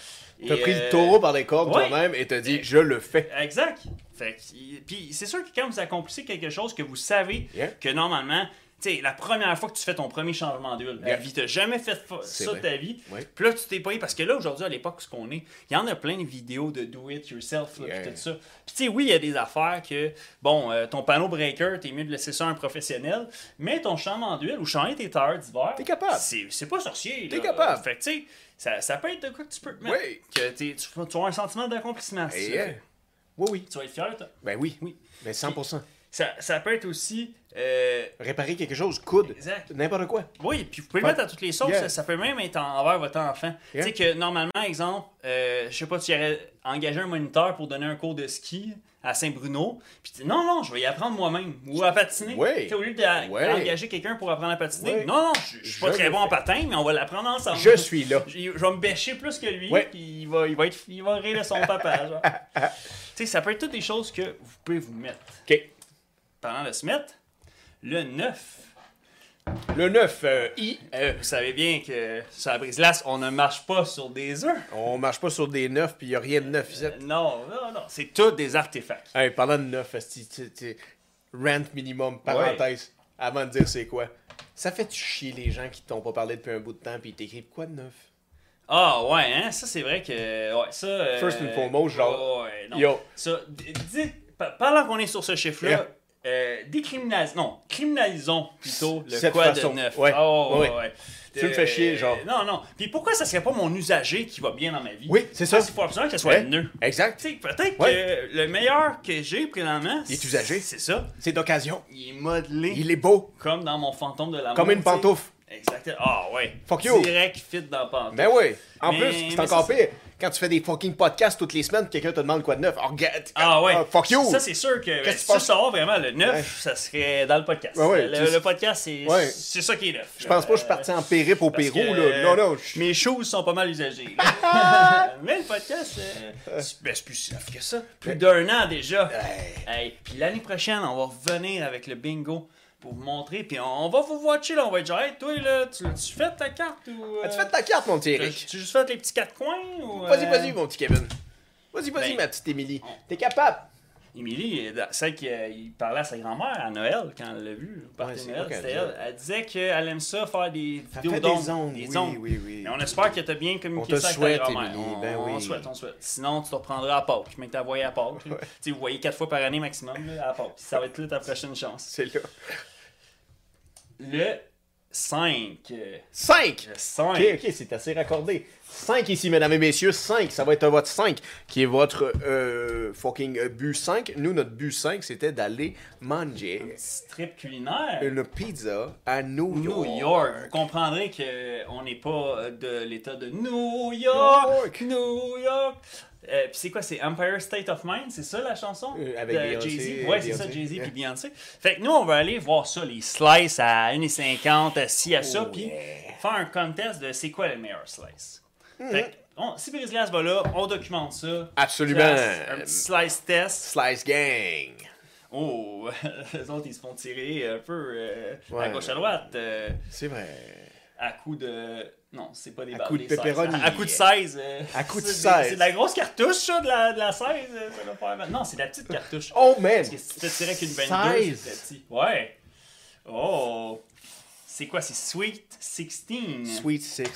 A: T'as
B: Et,
A: pris le
B: euh,
A: taureau par les cordes
B: ouais.
A: toi-même et t'as dit
B: Et-
A: je le fais.
B: Exact. Fait que, y- puis c'est sûr que quand vous accomplissez quelque chose que vous savez
A: Yeah.
B: que normalement, tu sais, la première fois que tu fais ton premier changement d'huile, la
A: Yeah.
B: vie, t'as jamais fait fa-
A: C'est
B: ça de
A: vrai.
B: ta vie.
A: Ouais.
B: Puis là, tu t'es payé parce que là, aujourd'hui, à l'époque, ce qu'on est, il y en a plein de vidéos de do it yourself, là, puis
A: Yeah.
B: tout ça. Puis tu sais, oui, il y a des affaires que, bon, euh, ton panneau breaker, t'es mieux de laisser ça à un professionnel, mais ton changement d'huile ou changer tes tailleurs d'hiver,
A: T'es capable.
B: C'est c'est pas sorcier.
A: T'es
B: là.
A: capable.
B: Fait que tu sais, ça, ça peut être de quoi que tu peux te mettre.
A: Oui.
B: Que t'es- tu, tu as un sentiment d'accomplissement. si
A: Et,
B: tu le
A: euh,
B: fais.
A: Oui, oui.
B: Tu vas être fier, toi.
A: Ben oui.
B: Oui.
A: Mais 100%.
B: Ça, ça peut être aussi. euh,
A: Réparer quelque chose, coude,
B: Exact.
A: n'importe quoi.
B: oui, puis vous pouvez le
A: Ouais.
B: mettre à toutes les sauces.
A: Yeah.
B: Ça, ça peut même être en- envers votre enfant.
A: Yeah.
B: Tu sais que normalement, exemple, euh, je sais pas, tu aurais engagé un moniteur pour donner un cours de ski à Saint-Bruno. Puis tu dis, non, non, je vais y apprendre moi-même. Ou à patiner.
A: Ouais.
B: Tu sais, Au lieu d'a-
A: Ouais.
B: d'engager quelqu'un pour apprendre à patiner.
A: Ouais.
B: Non, non, je, je suis pas
A: Je
B: très
A: le
B: bon en
A: fais.
B: patin, mais on va l'apprendre ensemble.
A: Je suis là.
B: Je, je vais me bêcher plus que lui,
A: Ouais.
B: puis il va, il, va être, il va rire de son papa. genre. tu sais, ça peut être toutes des choses que vous pouvez vous mettre.
A: OK.
B: Parlant de se mettre, le 9.
A: Le 9, euh, I. euh,
B: Vous savez bien que sur la brise-glace, on ne marche pas sur des œufs.
A: on marche pas sur des 9 puis il a rien de 9 ici.
B: Euh, Non, non, non. C'est tous des artefacts.
A: Hey, parlant de 9, esti, tu- tu- rant minimum, parenthèse, avant de dire c'est quoi. Ça fait-tu chier les gens qui t'ont pas parlé depuis un bout de temps puis ils t'écrivent quoi de neuf?
B: Ah ouais, hein? Ça, c'est vrai que. Ouais, ça. euh,
A: First and foremost, genre,
B: ouais, ouais, non.
A: Yo,
B: Ça, d- dites- pa- pendant qu'on est sur ce chiffre-là,
A: Yeah.
B: euh, décriminalis- Non, criminalisons plutôt le
A: Cette
B: quoi
A: façon,
B: de neuf.
A: ouais,
B: Ah,
A: ouais, Tu me fais chier, genre.
B: Euh, Non, non. Puis pourquoi ça serait pas mon usager qui va bien dans ma vie?
A: Oui, c'est ça.
B: Parce qu'il faut absolument que ça soit
A: Ouais.
B: neuf.
A: exact.
B: Tu sais, peut-être
A: Ouais.
B: que le meilleur que j'ai présentement.
A: Il est usagé.
B: C'est ça.
A: C'est d'occasion.
B: Il est modelé.
A: Il est beau,
B: Comme dans mon fantôme de la
A: comme une pantoufle.
B: Exactement. Ah ouais.
A: Fuck you.
B: Direct fit dans pantoufle.
A: Ben oui. En
B: Mais-
A: plus, c'est
B: mais
A: encore
B: c'est
A: pire. Quand tu fais des fucking podcasts toutes les semaines, quelqu'un te demande quoi de neuf. Oh, regarde.
B: Ah ouais.
A: Ah, fuck you.
B: Ça, c'est sûr que ben,
A: Qu'est-ce que tu
B: si tu veux
A: penses?
B: savoir vraiment le 9,
A: Ouais.
B: ça serait dans le podcast.
A: Ouais, ouais,
B: le,
A: tu-
B: le podcast, c'est
A: Ouais.
B: c'est ça qui est neuf. Euh,
A: Je pense pas que je suis parti en périple au Pérou, là. Non, non. je-
B: Mes choses sont pas mal usagées. là. Mais le podcast, euh, c'est ben, c'est plus si neuf que ça. Plus d'un an déjà.
A: Hey.
B: Hey, puis l'année prochaine, on va revenir avec le bingo pour vous montrer. Puis on, on va vous watcher. Là. On va être genre, hey, toi, là, tu, tu fais ta carte ou. euh,
A: Eh, As-tu fait ta carte, mon petit Eric?
B: tu juste fait les petits quatre coins ou.
A: Vas-y,
B: euh,
A: vas-y, mon petit Kevin. Vas-y, vas-y,
B: Ben-
A: ma petite Émilie. T'es capable.
B: Émilie, euh, celle qui euh, il parlait à sa grand-mère à Noël quand elle l'a vu, au party
A: Ouais, c'est
B: de Noël,
A: vrai qu'elle
B: c'était
A: dit.
B: elle. Elle disait qu'elle aime ça faire des
A: Ça
B: vidéos
A: fait
B: d'ongles,
A: des ondes, oui, oui, oui.
B: Mais on espère que t'as bien communiqué
A: On te
B: ça
A: souhaite,
B: avec ta grand-mère.
A: Émilie,
B: on,
A: ben
B: on
A: oui.
B: souhaite, on souhaite. Sinon, tu te reprendras à Pâques, mais que t'as voyé à Pâques. là. Tu sais, vous voyez quatre fois par année maximum là, à Pâques. Ça va être là ta prochaine chance.
A: C'est là.
B: Le 5.
A: 5!
B: Le 5.
A: Ok, ok, c'est assez raccordé. 5 ici, mesdames et messieurs, 5, ça va être votre 5, qui est votre euh, fucking euh, but 5. Nous, notre but 5, c'était d'aller manger
B: Petit trip culinaire.
A: une pizza à New York.
B: New York. Vous comprendrez que euh, on n'est pas de l'État de New York.
A: York.
B: New York. Euh, puis c'est quoi, c'est Empire State of Mind, c'est ça la chanson?
A: Euh, avec
B: De
A: Beyoncé,
B: Jay-Z. Ouais, c'est
A: Beyoncé.
B: ça, Jay-Z puis Beyoncé. Fait que nous, on va aller voir ça, les slices à 1,50, à euh, ci, à ça,
A: Oh,
B: puis
A: yeah.
B: faire un contest de c'est quoi le meilleur slice.
A: Mm-hmm.
B: Fait que, on, si Brice Glass va là, on documente ça.
A: Absolument.
B: Un petit slice test.
A: Slice Gang.
B: Oh, les autres, ils se font tirer un peu euh, à
A: Ouais.
B: gauche à droite. euh,
A: C'est vrai.
B: à coup de. Non, c'est pas des
A: À
B: barres,
A: coup de
B: des 16.
A: pepperoni.
B: À, à coup de 16. euh,
A: À coup de
B: c'est des-
A: 16.
B: C'est de la grosse cartouche, ça, de la, de la 16. euh, ça doit faire mal. Non, c'est de la petite cartouche.
A: Oh man!
B: Parce que si tu te tirais avec une 22,
A: 16.
B: c'est petit. Ouais. Oh. C'est quoi, c'est Sweet 16.
A: Sweet 16.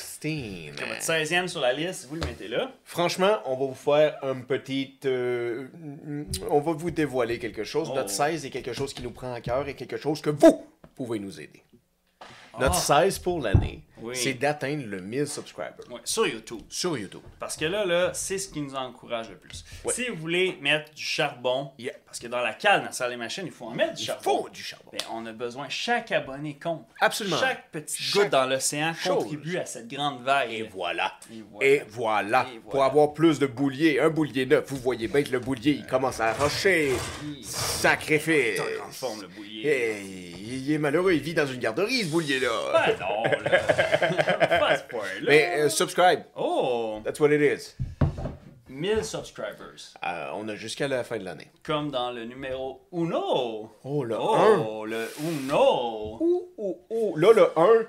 B: Comme Votre 16e sur la liste, vous le mettez là.
A: Franchement, on va vous faire un petit. euh, on va vous dévoiler quelque chose.
B: Oh.
A: Notre 16 est quelque chose qui nous prend à cœur et quelque chose que vous pouvez nous aider. Notre
B: Ah.
A: 16 pour l'année,
B: Oui.
A: c'est d'atteindre le 1000 subscribers
B: Ouais, sur YouTube.
A: sur YouTube.
B: Parce que là, là c'est ce qui nous encourage le plus.
A: Ouais.
B: Si vous voulez mettre du charbon,
A: Yeah.
B: parce que dans la cale, dans la salle des machines, il faut en mettre du
A: Il
B: charbon.
A: faut du charbon.
B: Ben, on a besoin, chaque abonné compte.
A: Absolument.
B: Chaque petite
A: Chaque
B: goutte dans l'océan
A: chose.
B: contribue à cette grande vague.
A: Et voilà.
B: Et voilà.
A: Et voilà.
B: Et voilà.
A: Pour avoir plus de bouliers, un boulier neuf, vous voyez bien que le boulier, il commence à rocher.
B: Il est
A: Sacrifice.
B: en grande forme, le bouillier.
A: Hey, il est malheureux, il vit dans une garderie, ce boulier-là.
B: Ben non, là. Pas à ce point-là.
A: Mais euh, subscribe,
B: Oh!
A: that's what it is.
B: 1000 subscribers.
A: Euh, on a jusqu'à la fin de l'année.
B: Comme dans le numéro Uno.
A: Oh, le
B: Oh, le Uno.
A: Ouh, ouh, ouh. Là, le 1,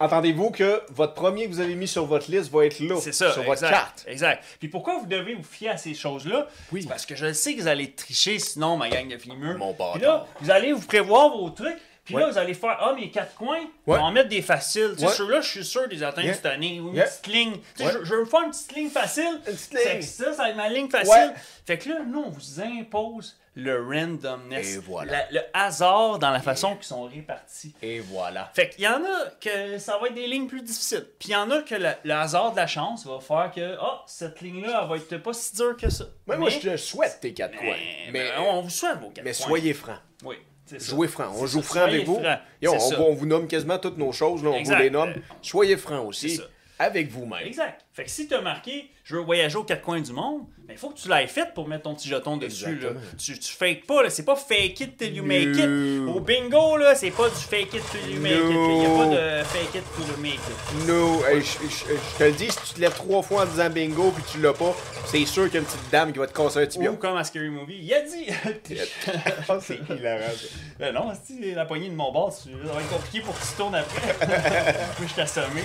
A: attendez-vous que votre premier que vous avez mis sur votre liste va être là,
B: C'est ça,
A: sur
B: exact,
A: votre carte.
B: Exact. Puis pourquoi vous devez vous fier à ces choses-là?
A: Oui.
B: C'est parce que je le sais que vous allez tricher, sinon, ma gang de flimeux.
A: Mon bâtard.
B: Puis là, vous allez vous prévoir vos trucs. Puis là,
A: Ouais.
B: vous allez faire, ah, mes quatre coins, on
A: Ouais.
B: va en mettre des faciles. Tu sais,
A: Ouais.
B: ceux-là, je suis sûr des atteindre
A: Yeah.
B: cette année. Ou une
A: Yeah.
B: petite ligne. Tu sais,
A: Ouais.
B: je, je veux me faire une petite ligne facile.
A: Une petite
B: Fait
A: ligne.
B: que ça, ça va être ma ligne facile.
A: Ouais.
B: Fait que là, nous, on vous impose le randomness.
A: Et voilà.
B: La- le hasard dans la façon qu'ils sont répartis.
A: Et voilà.
B: Fait qu'il y en a que ça va être des lignes plus difficiles. Puis il y en a que le, le hasard de la chance va faire que ah, cette ligne-là, elle va être pas si dure que ça.
A: Moi, moi, je te souhaite tes quatre
B: mais,
A: coins.
B: mais,
A: Mais,
B: on vous souhaite vos quatre
A: mais
B: points.
A: soyez francs.
B: Oui, c'est ça.
A: Jouez franc, on
B: C'est
A: joue
B: ça,
A: franc
B: soyez
A: avec vous.
B: franc.
A: Yo,
B: C'est
A: on,
B: ça.
A: vous- on vous nomme quasiment toutes nos choses, là, on
B: Exact.
A: vous les nomme.
B: Euh,
A: Soyez franc
B: c'est
A: aussi,
B: ça.
A: avec vous-même.
B: Exact. Fait que si tu as marqué je veux voyager aux quatre coins du monde, il faut que tu l'aies fait pour mettre ton petit jeton dessus. Là.
A: Exactement.
B: Tu, tu fakes pas, là. c'est pas fake it till you make it.
A: No.
B: Au bingo, là, c'est pas du fake it till you make it. Il n'y a
A: No.
B: pas de fake it till you make it.
A: No, hey, je je- je te le dis, si tu te lèves trois fois en disant bingo puis tu l'as pas, c'est sûr qu'il y a une petite dame qui va te casser un
B: Ou
A: tibia.
B: comme à Scary Movie, il a dit.
A: Ah, c'est hilarant, ça.
B: Ben non, si la poignée de mon bord, tu- ça va être compliqué pour que tu tournes après. Moi, je t'assomme, là.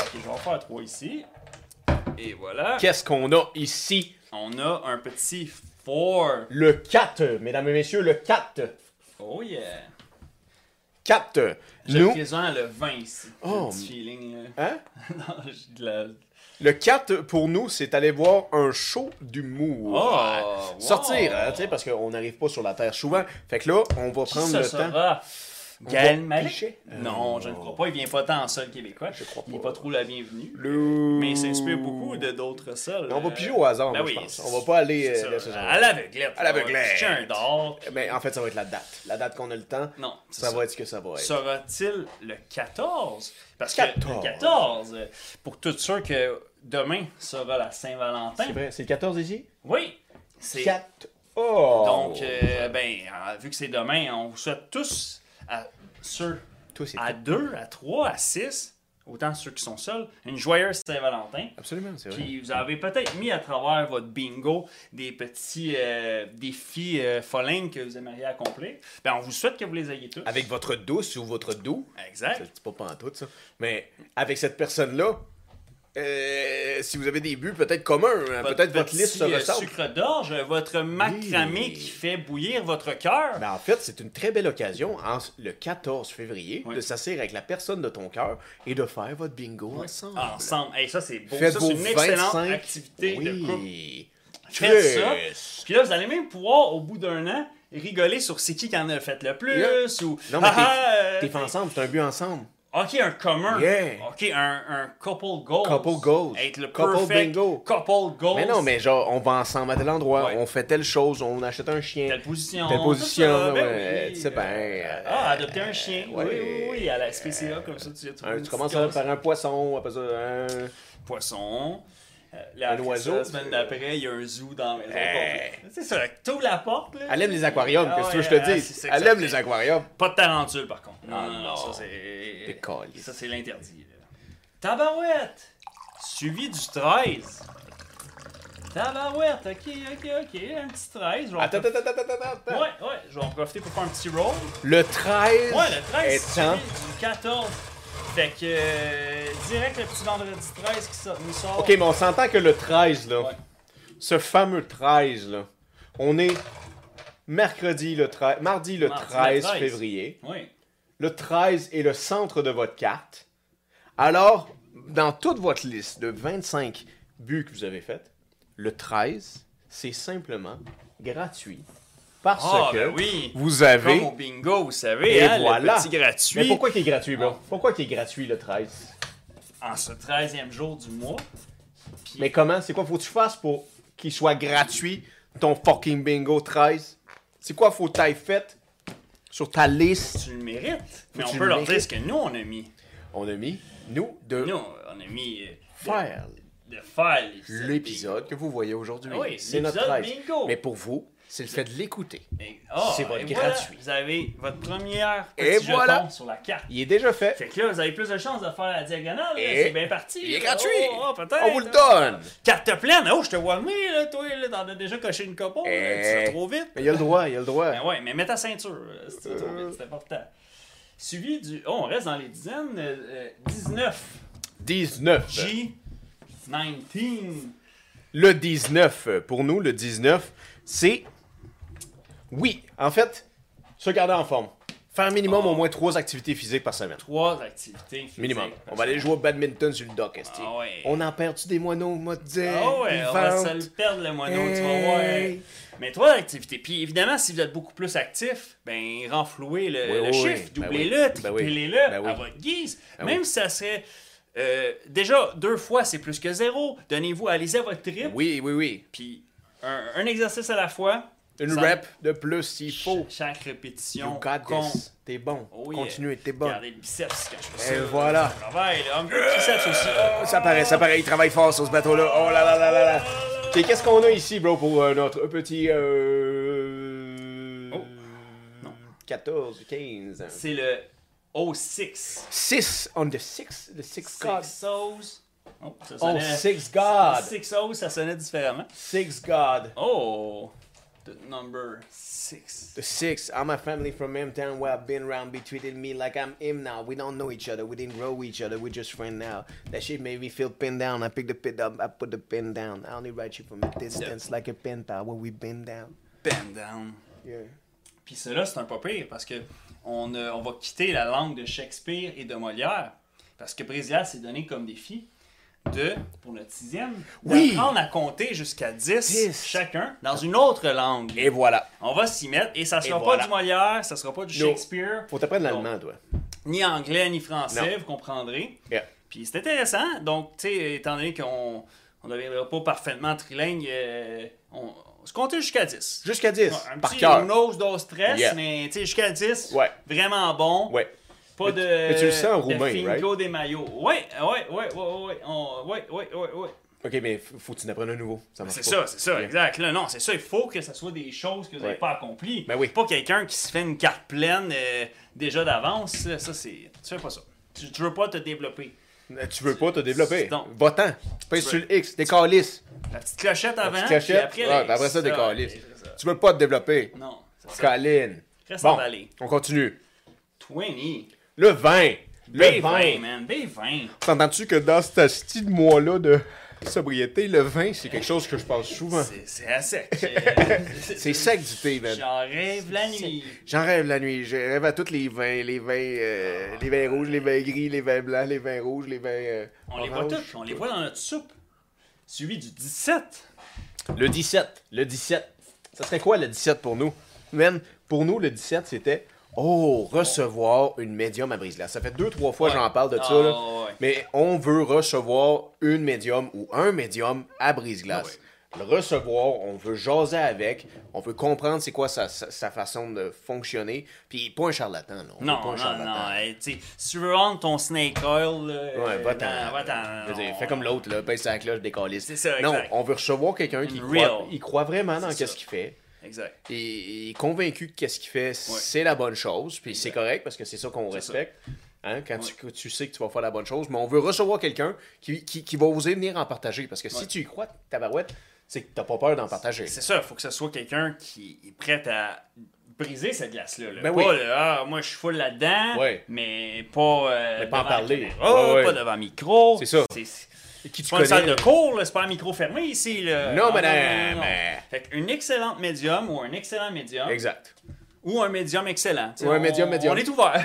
B: Ok, je vais en faire trois ici. Et voilà.
A: Qu'est-ce qu'on a ici?
B: On a un petit four.
A: Le 4, mesdames et messieurs, le 4.
B: Oh yeah.
A: 4.
B: J'ai
A: Nous.
B: pris en le 20 ici.
A: Oh,
B: Le petit feeling. Là.
A: Hein?
B: non, j'ai de la...
A: Le 4 pour nous, c'est aller voir un show d'humour.
B: Oh, wow.
A: Sortir, hein, tu sais, parce qu'on n'arrive pas sur la Terre souvent. Fait que là, on va
B: Qui
A: prendre
B: ce
A: le temps.
B: sera?
A: On
B: Gaël
A: va
B: Malik?
A: picher. Euh,
B: Non, je ne crois pas. Il vient pas tant en sol québécois.
A: Je crois
B: Il n'est
A: pas.
B: pas trop la bienvenue.
A: Le-
B: Mais il s'inspire beaucoup de d'autres sols. Ben
A: Mais on va piger au hasard, moi, je pense. On va pas aller, euh, là, ce genre.
B: à l'aveuglette.
A: À l'aveuglette.
B: On va pitcher un d'or.
A: Mais Ben, en fait, ça va être la date. La date qu'on a le temps,
B: Non, c'est
A: ça, va être ce que ça va être.
B: Sera-t-il le 14? Parce que
A: 14.
B: le 14, euh, pour tout sûr que demain sera la Saint-Valentin.
A: C'est vrai, c'est le 14 ici?
B: Oui, c'est
A: 4. Oh!
B: Donc, euh, ben, euh, vu que c'est demain, on vous souhaite tous, à ceux
A: Toi, c'est
B: à deux, à trois, à six, autant ceux qui sont seuls, une joyeuse Saint-Valentin.
A: Absolument, c'est vrai.
B: Puis vous avez peut-être mis à travers votre bingo des petits euh, défis euh, follins que vous aimeriez accomplir. Ben, on vous souhaite que vous les ayez tous.
A: Avec votre douce ou votre doux,
B: Exact.
A: c'est pas pantoute ça, mais avec cette personne-là, euh, si vous avez des buts peut-être communs, hein, peut-être votre
B: petit,
A: liste se
B: euh,
A: ressemble.
B: sucre d'orge, votre macramé
A: Oui.
B: qui fait bouillir votre cœur.
A: Ben, en fait, c'est une très belle occasion, en s- le 14 février,
B: Oui.
A: de s'asseoir avec la personne de ton cœur et de faire votre bingo ensemble.
B: ensemble. Hey, ça, Ah, c'est beau.
A: Faites
B: ça,
A: vos
B: c'est une excellente
A: 25.
B: activité de couple.
A: oui.
B: Faites ça.
A: Chris.
B: Puis là, vous allez même pouvoir, au bout d'un an, rigoler sur c'est qui qui en a fait le plus
A: Yeah.
B: ou.
A: Non, mais
B: Ah, ah, euh,
A: T'es fait ensemble, c'est un but ensemble.
B: Ok, un commun.
A: Yeah.
B: Ok, un, un couple goals.
A: Couple goals.
B: Être le
A: Couple
B: perfect
A: bingo.
B: Couple goals.
A: Mais non, mais genre, on va ensemble à tel endroit,
B: Oh, Ouais.
A: on fait telle chose, on achète un chien.
B: Telle position.
A: Telle
B: tout
A: position,
B: ça, ben
A: ouais,
B: oui,
A: tu sais, ben,
B: euh, ah,
A: euh,
B: adopter un chien.
A: ouais.
B: oui, oui, oui, à la SPCA, comme ça, tu as trouvé.
A: Hein,
B: une
A: tu commences
B: petite
A: à
B: case.
A: faire un poisson, après ça, un...
B: poisson. Euh, là,
A: Un
B: après ça,
A: oiseau.
B: La semaine d'après, il y a un zoo dans la maison.
A: Hey.
B: complète. C'est ça, t'ouvres la porte. Là,
A: Elle aime les aquariums,
B: Ah
A: qu'est-ce que tu veux
B: ouais,
A: que je te
B: ah,
A: dise?
B: c'est ça que
A: Elle
B: ça
A: aime
B: fait.
A: les aquariums.
B: Pas de tarentule, par contre. Non,
A: Ah,
B: non,
A: non.
B: non, ça c'est.
A: T'es collé.
B: Ça c'est l'interdit. là. Tabarouette! Suivi du 13. Tabarouette, ok, ok, ok. Un petit 13. je vais en
A: Attends,
B: prof-
A: attends, attends, attends, attends.
B: Ouais, ouais, je vais en profiter pour faire un petit roll.
A: Le 13,
B: Ouais, le 13
A: étant...
B: suivi du 14. Fait que. euh, direct le petit vendredi 13 qui sort- nous sort.
A: Ok, mais on s'entend que le 13, là,
B: Ouais.
A: ce fameux 13, là, on est mercredi le 13, mardi le
B: Mardi le
A: 13
B: 13.
A: février.
B: Oui.
A: Le 13 est le centre de votre carte. Alors, dans toute votre liste de 25 buts que vous avez faites, le 13, c'est simplement gratuit. Parce
B: Ah,
A: que
B: ben oui.
A: vous avez...
B: Comme au bingo, vous savez,
A: Et
B: hein,
A: voilà.
B: le petit gratuit.
A: Mais pourquoi qu'il est gratuit, bro? Pourquoi qu'il est gratuit le 13?
B: En ce 13e jour du mois.
A: Mais comment? C'est quoi faut que tu fasses pour qu'il soit gratuit, ton fucking bingo 13? C'est quoi faut que t'ailles fait sur ta liste?
B: tu le mérites.
A: Faut
B: Mais
A: que
B: on
A: tu
B: peut
A: le
B: leur dire
A: mérites.
B: ce que nous, on a mis.
A: On a mis, nous, de
B: Nous, on a mis euh,
A: faire
B: de, de faire l'épisode.
A: l'épisode que vous voyez aujourd'hui.
B: Ah oui,
A: c'est notre
B: l'épisode
A: 13.
B: bingo.
A: Mais pour vous, c'est le fait de l'écouter.
B: Et- ah,
A: C'est votre
B: et voilà,
A: gratuit.
B: vous avez votre première petit
A: Et
B: jeton
A: voilà.
B: sur la carte.
A: Il est déjà fait.
B: Fait que là, vous avez plus de chances de faire la diagonale. là.
A: Et
B: C'est bien parti.
A: Il est
B: là.
A: gratuit!
B: Oh, oh, peut-être.
A: On vous le donne!
B: Carte pleine. Oh, je te vois venir, là, toi. Là, t'en as déjà coché une copo. là.
A: Eh.
B: Tu vas trop vite.
A: Mais il a le droit, il a le droit.
B: Ben ouais, mais mets ta ceinture. là, si tu vas trop
A: Euh.
B: vite, c'est important. Suivi du. Oh, on reste dans les dizaines. euh, euh, 19.
A: 19.
B: G. 19.
A: Le 19, euh, pour nous, le 19, c'est. Oui, en fait, se garder en forme. Faire minimum
B: Oh.
A: au moins trois activités physiques par semaine.
B: trois activités. physiques.
A: Minimum. On va aller jouer au badminton sur le dock, esti.
B: Ah ouais.
A: On en perd-tu des moineaux, moi, te dire?
B: Ah ouais, on va se le perdre le moineau, tu vas voir.
A: Hey.
B: Mais trois activités. Puis évidemment, si vous êtes beaucoup plus actif, ben renflouez le,
A: Oui,
B: le
A: oui,
B: chiffre,
A: oui. Ben
B: doublez-le,
A: oui. Ben oui.
B: triplez-le
A: Ben oui.
B: à votre guise.
A: Ben
B: Même
A: oui.
B: si ça serait euh, déjà deux fois, c'est plus que zéro. Donnez-vous, allez à votre trip.
A: Ah Oui, oui, oui.
B: Puis un, un exercice à la fois.
A: Une
B: Ça-
A: rep de plus s'il faut.
B: Chaque
A: You
B: répétition
A: got
B: compte.
A: this. T'es bon.
B: Oh yeah.
A: Continue, t'es bon.
B: Regardez le biceps quand je fais ça.
A: Et voilà.
B: Je travaille, là. Un peu de biceps aussi.
A: Ça paraît, ça paraît, il travaille fort sur ce bateau-là. Oh là là là là là. Et qu'est-ce qu'on a ici, bro, pour euh, notre petit. Euh...
B: Oh. Non.
A: 14, 15.
B: C'est le O6.
A: 6 on the 6, the 6 God.
B: Six Sauce. Oh, ça
A: Oh,
B: sonnait-
A: six God.
B: Six Sauce, ça sonnait différemment.
A: 6 God.
B: Oh, the number six.
A: The six. I'm a family from hometown where I've been around. Be treating me like I'm him now. We don't know each other. We didn't grow each other. We're just friends now. That shit made me feel pinned down. I picked the pin up. I put the pin down. I only write you from a distance like a pin pal when we been down.
B: Bend down.
A: Yeah.
B: Puis cela, c'est un pas pire parce que on, euh, on va quitter la langue de Shakespeare et de Molière parce que Brésilas s'est donné comme défi de, pour notre sixième,
A: Oui.
B: d'apprendre à compter jusqu'à 10,
A: Dix.
B: chacun dans une autre langue.
A: Et voilà.
B: On va s'y mettre et ça sera
A: Et
B: pas
A: voilà.
B: du Molière, ça sera pas du
A: No.
B: Shakespeare,
A: Faut t'apprendre l'allemand, toi.
B: ni anglais ni français,
A: Non.
B: vous comprendrez.
A: Yeah.
B: Puis c'est intéressant. Donc, tu sais, étant donné qu'on on ne deviendra pas parfaitement trilingue, euh, on, on se comptait jusqu'à 10.
A: Jusqu'à 10,
B: Ouais, un
A: par
B: petit
A: cœur.
B: nose dose stress,
A: Yeah.
B: mais tu sais, jusqu'à 10,
A: Ouais.
B: vraiment bon.
A: Ouais.
B: Pas
A: Mais-
B: de.
A: mais tu le sens en
B: de
A: roumain,
B: fingo
A: right?
B: des maillots. Ouais, ouais, ouais, ouais, ouais, on- ouais, ouais, ouais, ouais.
A: Ok, mais f- faut que tu en apprennes un nouveau. Ça marche
B: C'est
A: pas.
B: ça, c'est ça,
A: Yeah.
B: exact. Là, non, c'est ça, il faut que ça soit des choses que vous n'avez
A: Ouais.
B: pas accomplies.
A: Ben oui.
B: Pas quelqu'un qui se fait une carte pleine euh, déjà d'avance. Ça, ça, c'est. Tu fais pas ça. Tu, tu veux pas te développer.
A: Euh, Tu veux pas te développer.
B: Non.
A: Va-t'en. Pèse
B: veux- Ah ben, hein?
A: sur le X, décalisse.
B: La petite clochette avant.
A: petite
B: puis
A: clochette,
B: après,
A: ouais,
B: là,
A: puis après ça,
B: c'est
A: décalisse.
B: Ah c'est ça.
A: Tu veux pas te développer.
B: Non, c'est ça.
A: Colline.
B: Reste
A: Bon,
B: emballé.
A: on continue.
B: 20.
A: Le vin. Le
B: B20,
A: vin.
B: man. B20.
A: T'entends-tu que dans ce style de mois-là de sobriété, le vin, c'est quelque chose que je pense souvent.
B: C'est- C'est à sec.
A: C'est sec du thé, man.
B: J'en rêve la nuit.
A: J'en rêve la nuit. Je rêve à tous les vins. Les vins,
B: Ah.
A: euh, les vins rouges, les vins gris, les vins blancs, les vins rouges, les vins. euh,
B: On les voit
A: oranges.
B: tous. On les voit dans notre soupe. Suivi du 17.
A: Le 17. Le 17. Ça serait quoi le 17 pour nous? Man, pour nous, le 17, c'était Oh, recevoir une médium à brise Ça fait deux, trois fois que
B: Ouais.
A: j'en parle de ça.
B: Ah,
A: là.
B: ouais.
A: Mais on veut recevoir une médium ou un médium à
B: Ah,
A: brise-glace. Le recevoir, on veut jaser avec, on veut comprendre c'est quoi sa, sa- sa façon de fonctionner. Puis pas un charlatan, non. On veut
B: Non,
A: pas un
B: non, non.
A: charlatan.
B: hey, tu sais, si tu veux rendre ton snake oil. là,
A: Ouais,
B: euh,
A: va-t'en.
B: dans-
A: Je veux dire,
B: non,
A: Fais comme l'autre, là, pèse sa cloche, décaliste.
B: C'est ça,
A: Non,
B: exact.
A: on veut recevoir quelqu'un qui
B: And
A: croit,
B: real.
A: il croit vraiment dans
B: C'est
A: qu'est-ce
B: ça.
A: qu'il fait.
B: Exact.
A: Et il est convaincu que qu'est-ce qu'il fait, c'est la bonne chose. Puis c'est correct parce que c'est ça qu'on
B: C'est ça.
A: respecte. Hein, quand tu- tu, sais que tu vas faire la bonne chose, mais on veut recevoir quelqu'un qui, qui, qui va oser venir en partager. Parce que si
B: Ouais.
A: tu y crois, tabarouette, c'est que t'as pas peur d'en partager.
B: C'est ça, il faut que ce soit quelqu'un qui est prêt à briser cette glace-là. là.
A: Ben
B: pas
A: oui.
B: le, ah, moi je suis full là-dedans,
A: Ouais.
B: mais pas. euh,
A: Mais pas en
B: devant la
A: parler.
B: caméra,
A: Ouais, ouais.
B: Pas devant micro.
A: C'est ça.
B: C'est
A: Qui tu
B: c'est pas une salle
A: connais.
B: de cours, là, c'est pas un micro fermé ici. Là.
A: Non,
B: non,
A: madame.
B: non, non. Fait qu'une excellente médium ou un excellent médium.
A: Exact.
B: Ah. Ou un médium excellent. Tu sais,
A: Ou un
B: on-
A: médium médium.
B: On est ouvert.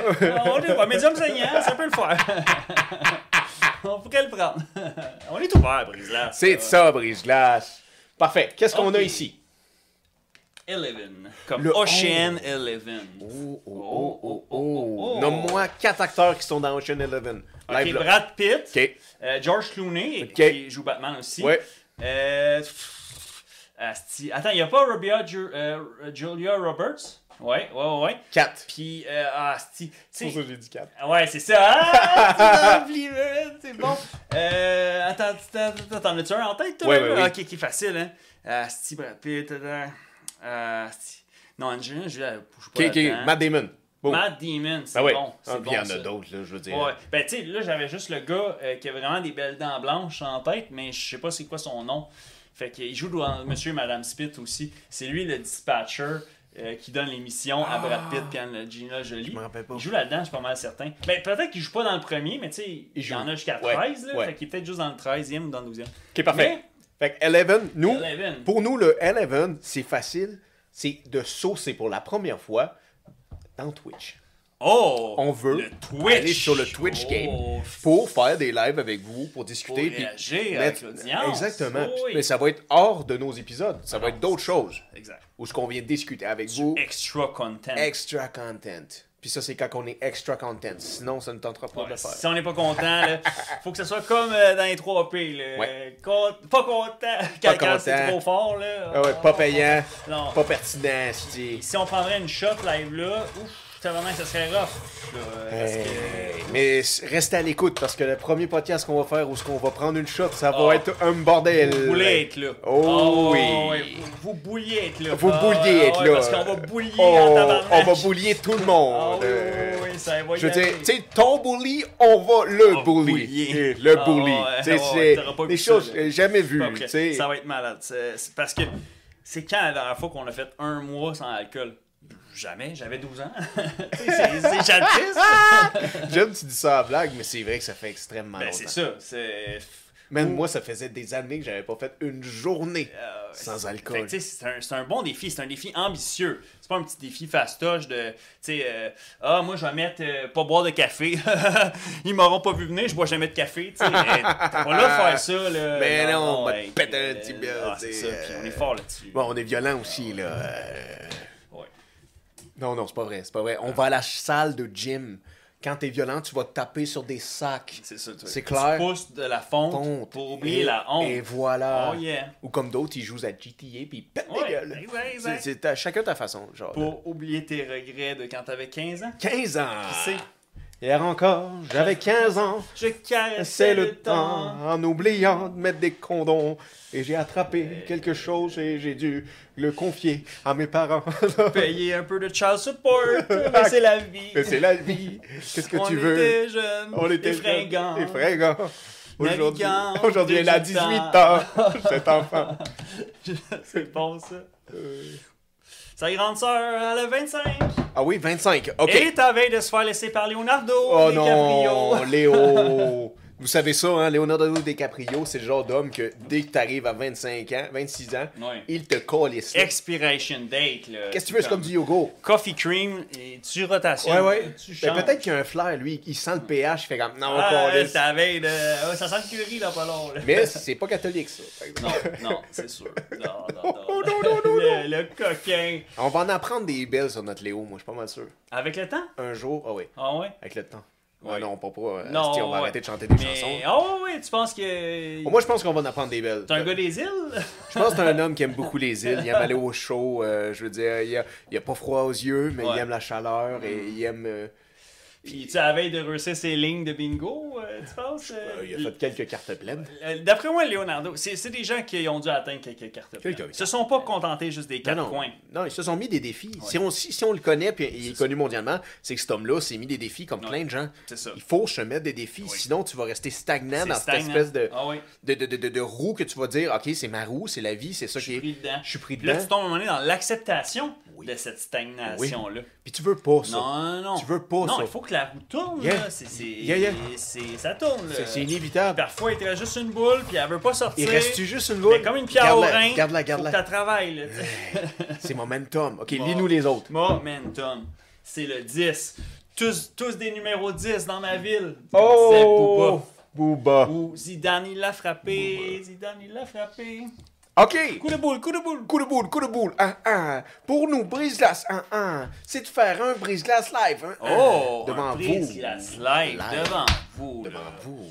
B: on est ouvert. Médium saignant, ça peut le faire. on pourrait le prendre. on est ouvert, Brise-là.
A: C'est ça, Brise-Glace. Parfait. Qu'est-ce qu'on a
B: Ok.
A: ici?
B: 11. Comme
A: Le
B: Ocean 11.
A: Oh, oh,
B: oh,
A: oh,
B: oh,
A: oh,
B: oh, oh.
A: Nomme-moi quatre acteurs qui sont dans Ocean Eleven.
B: Ok,
A: Live là.
B: Brad Pitt.
A: Ok.
B: euh, George Clooney,
A: Ok.
B: qui joue Batman aussi.
A: Ouais.
B: Euh, pff, asti. Attends, il n'y a pas Robia Ju- euh, Julia Roberts? Ouais, ouais, ouais.
A: Quatre.
B: Puis, euh, Asti. Tu sais,
A: C'est pour ça que j'ai dit quatre.
B: Ah Ouais, c'est ça. Ah, tu l'as oublié, man, c'est bon. Euh, attends, attends, attends, t'en as-tu un en tête, toi?
A: Ouais,
B: là?
A: ouais, oui.
B: Ok, qui est facile, hein? Ah, si, Brad Pitt, attends. Ah, si. Non, Angelina, je la bouge pas.
A: Ok, ok.
B: là-dedans.
A: Matt Damon. Bon.
B: Matt Damon, c'est
A: Ah ouais.
B: bon. c'est
A: Ah,
B: bon,
A: puis il y en
B: ça.
A: a d'autres, là, je veux dire.
B: Ouais. Ben, tu sais, là, j'avais juste le gars euh, qui a vraiment des belles dents blanches en tête, mais je sais pas c'est quoi son nom. Fait qu'il joue
A: Ah.
B: dans Monsieur et Madame Spitt aussi. C'est lui le dispatcher euh, qui donne les missions à Brad Pitt et à Gina Jolie.
A: Ah. Je me rappelle pas.
B: Il joue là-dedans, je suis pas mal certain. Ben, peut-être qu'il joue pas dans le premier, mais tu sais, il, y
A: joue.
B: en a jusqu'à
A: Ouais.
B: 13, là.
A: Ouais.
B: Fait qu'il est peut-être juste dans le 13e ou dans le 12e.
A: Ok, parfait. Fait que Eleven, nous,
B: Eleven.
A: pour nous, le Eleven, c'est facile. C'est de saucer pour la première fois dans Twitch.
B: Oh!
A: On veut
B: le Twitch.
A: aller sur le Twitch
B: Oh,
A: game pour faire des lives avec vous, pour discuter.
B: Pour
A: puis
B: réagir
A: mettre-
B: avec l'audience.
A: Exactement.
B: Oui.
A: Mais ça va être hors de nos épisodes. Ça va être d'autres choses.
B: Exact.
A: Où ce qu'on vient de discuter avec vous.
B: Extra content.
A: Extra content. Puis ça, c'est quand on est extra content. Sinon, ça ne tentera pas de
B: Ouais,
A: le faire.
B: si on n'est pas content, là, faut que ce soit comme euh, dans les 3P. Là,
A: Ouais.
B: Con- pas content quand, quand
A: content.
B: c'est trop fort. Là,
A: Ah ouais, pas payant,
B: Non.
A: pas pertinent, c'est-
B: Si on prendrait une shot live là, ouf, vraiment ça serait rough. là, parce que-
A: Hey, Euh, Mais s- restez à l'écoute parce que le premier podcast qu'on va faire où ce qu'on va prendre une shot, ça va
B: Oh.
A: être un bordel.
B: Vous voulez être là. Ah
A: Oh oui.
B: ouais, vous- Vous bouliez être là.
A: Vous
B: Ah,
A: bouliez
B: ouais,
A: être là.
B: Parce qu'on va boulier en
A: Oh,
B: tabarnak.
A: on va boulier tout le monde.
B: Ah oui,
A: Euh,
B: oui, oui, ça va y
A: Je veux dire,
B: aller.
A: tu sais, ton bully, on va le
B: On va
A: bully.
B: boulier.
A: Eh, Le
B: Ah,
A: bully.
B: ouais,
A: Tu sais,
B: ouais,
A: c'est
B: t'auras pas
A: des
B: vu ça,
A: choses
B: là.
A: que j'ai jamais vues.
B: Pas prêt.
A: tu sais.
B: Ça va être malade. C'est c'est parce que c'est quand la dernière fois qu'on a fait un mois sans alcool? Jamais, j'avais 12 ans. Tu sais, c'est c'est jadis.
A: Ah, J'aime que tu dis ça en blague, mais c'est vrai que ça fait extrêmement
B: Ben,
A: longtemps.
B: c'est ça. C'est
A: Même moi, ça faisait des années que j'avais pas fait une journée
B: Euh,
A: sans
B: Fait
A: alcool.
B: que, tu sais, c'est un, c'est un bon défi, c'est un défi ambitieux. C'est pas un petit défi fastoche de, tu sais, euh, ah, moi je vais mettre euh, pas boire de café. Ils m'auront pas vu venir, je bois jamais de café. tu sais. Eh, T'es pas là de faire ça, là.
A: Mais non, on va te
B: hey,
A: péter un
B: puis,
A: petit
B: euh,
A: bill,
B: ah,
A: tu
B: c'est
A: sais,
B: ça, puis on
A: euh,
B: est fort là-dessus.
A: Bon, on est violent aussi, là. Euh,
B: Ouais.
A: Non, non, c'est pas vrai, c'est pas vrai. On va à la salle de gym. Quand t'es violent, tu vas te taper sur des sacs.
B: C'est ça, tu
A: C'est clair.
B: Tu pousses de la fonte,
A: Honte.
B: pour oublier
A: Et-
B: la honte.
A: Et voilà.
B: Oh yeah.
A: Ou comme d'autres, ils jouent à GTA puis ils pètent
B: Ouais, Ben
A: des gueules.
B: exact,
A: C'est,
B: exact.
A: c'est à chacun ta façon, genre.
B: Pour oublier tes regrets de quand t'avais 15 ans.
A: 15 ans.
B: Qui sait?
A: Hier encore, j'avais 15 ans.
B: Je caressais
A: C'est le temps en oubliant de mettre des condoms. Et j'ai attrapé quelque chose et j'ai dû le confier à mes parents.
B: Payer un peu de child support, mais c'est la vie.
A: Mais c'est la vie. Qu'est-ce que
B: on
A: tu veux?
B: était jeunes,
A: On était
B: et fringants.
A: Et fringants. Aujourd'hui,
B: Navigants,
A: aujourd'hui, elle a 18
B: 18
A: ans, cet enfant.
B: c'est bon ça.
A: Euh,
B: Sa grande sœur, elle a 25.
A: Ah oui, 25. OK.
B: Et t'as veille de se faire laisser par Leonardo
A: Oh
B: DiCaprio.
A: non, Léo. Vous savez ça, hein, Leonardo DiCaprio, c'est le genre d'homme que dès que t'arrives à 25 ans, 26 ans,
B: Ouais.
A: il te calisse. là.
B: Expiration date là.
A: Qu'est-ce que tu veux, c'est comme du yogourt.
B: coffee cream et tu rotations.
A: Ouais, ouais.
B: Tu
A: Mais
B: changes.
A: peut-être qu'il y a un flair, lui, il sent le pH, il fait comme non,
B: Ah,
A: calisse.
B: t'as veille de ah, ça sent le curry là pas long. là.
A: Mais c'est pas catholique, ça. par exemple.
B: Non, non, c'est sûr. Non, non, non.
A: Oh, non, non, non,
B: le, le coquin.
A: On va en apprendre des belles sur notre Léo, moi, je suis pas mal sûr.
B: Avec le temps?
A: Un jour, ah oui,
B: Ah ouais?
A: avec le temps.
B: Ouais.
A: Ah non, pas pour. euh,
B: Non,
A: asti, on va
B: ouais.
A: arrêter de chanter des chansons.
B: Mais... Oh ouais, tu penses que...
A: Moi, je pense qu'on va en apprendre des belles.
B: T'es un gars des îles?
A: Je pense que t'es un homme qui aime beaucoup les îles. Il aime aller au chaud. euh, je veux dire, il a, il a pas froid aux yeux, mais
B: Ouais. Mm.
A: il aime la chaleur et il aime. euh,
B: Puis tu avais de réussir ses lignes de bingo, euh, tu penses? euh,
A: euh, il a fait quelques cartes pleines.
B: Euh, D'après moi, Leonardo, c'est c'est des gens qui ont dû atteindre quelques cartes.
A: Quelques
B: Ils se sont pas contentés juste des quatre
A: non, non.
B: coins.
A: non, ils se sont mis des défis. Si, on, si, si on le connaît puis il est, connu mondialement, c'est que cet homme-là s'est mis des défis comme
B: Ouais.
A: plein de gens.
B: C'est ça.
A: Il faut se mettre des défis,
B: Oui.
A: sinon tu vas rester stagnant
B: C'est
A: dans
B: stagnant.
A: cette espèce de,
B: Ah oui,
A: de, de, de- de- de roue que tu vas dire Ok, c'est ma roue, c'est la vie, c'est ça
B: je
A: qui
B: suis
A: est.
B: pris dedans.
A: Je suis pris
B: Puis là,
A: dedans.
B: tu tombes à un moment donné dans l'acceptation
A: Oui.
B: de cette stagnation-là.
A: Puis tu veux pas ça.
B: Non, non.
A: Tu veux pas
B: Non,
A: Oh, ça.
B: il faut que la roue tourne.
A: Yeah.
B: là. C'est- c'est-
A: Yeah, yeah.
B: c'est- Ça tourne. là.
A: C'est c'est inévitable.
B: Parfois, il te reste juste une boule, puis elle veut pas sortir.
A: Il reste-tu juste une
B: Mais
A: boule?
B: comme une pierre au
A: Garde-la,
B: rein.
A: Garde-la, garde-la.
B: Faut que tu travailles. là, tu sais.
A: C'est momentum. Ok,
B: Bon.
A: lis-nous les autres.
B: Momentum, c'est le 10. Tous, tous des numéros 10 dans ma ville.
A: Oh! Booba.
B: C'est Booba. Ou Zidane, il l'a frappé. Zidane, il l'a frappé.
A: OK.
B: Coup de boule, coup de boule.
A: Coup de boule, coup de boule. Un, un. Pour nous, brise-glace, un, un. C'est de faire un brise-glace live. un, un.
B: Oh!
A: Euh, devant
B: un
A: vous.
B: prise glace live.
A: Live.
B: Devant vous. là.
A: Devant vous.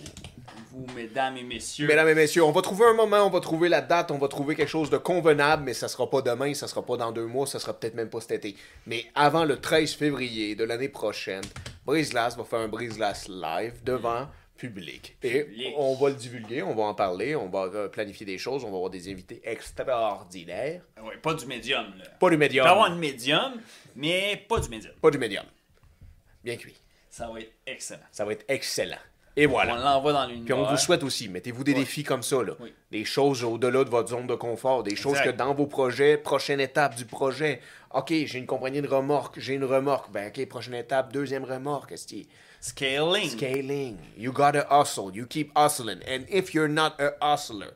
B: Vous, mesdames et messieurs.
A: Mesdames et messieurs, on va trouver un moment, on va trouver la date, on va trouver quelque chose de convenable, mais ça sera pas demain, ça sera pas dans deux mois, ça sera peut-être même pas cet été. Mais avant le 13 février de l'année prochaine, Brise-Glace va faire un Brise-Glace live devant public. Et
B: Public.
A: on va le divulguer, on va en parler, on va euh, planifier des choses, on va avoir des invités extraordinaires.
B: Ah Ouais, pas du médium. Là.
A: Pas du
B: Il va y avoir
A: médium.
B: une médium, mais pas du médium.
A: Pas du médium. Bien cuit.
B: Ça va être excellent.
A: Ça va être excellent. Et voilà.
B: On l'envoie dans
A: Puis
B: l'univers.
A: on vous souhaite aussi, mettez-vous des
B: Ouais.
A: défis comme ça, là.
B: Oui.
A: Des choses au-delà de votre zone de confort, des choses que dans vos projets, prochaine étape du projet. OK, j'ai une compagnie de remorque, j'ai une remorque. Ben, OK, prochaine étape, deuxième remorque. Est-ce qu'il-
B: Scaling.
A: Scaling. You gotta hustle. You keep hustling. And if you're not a hustler,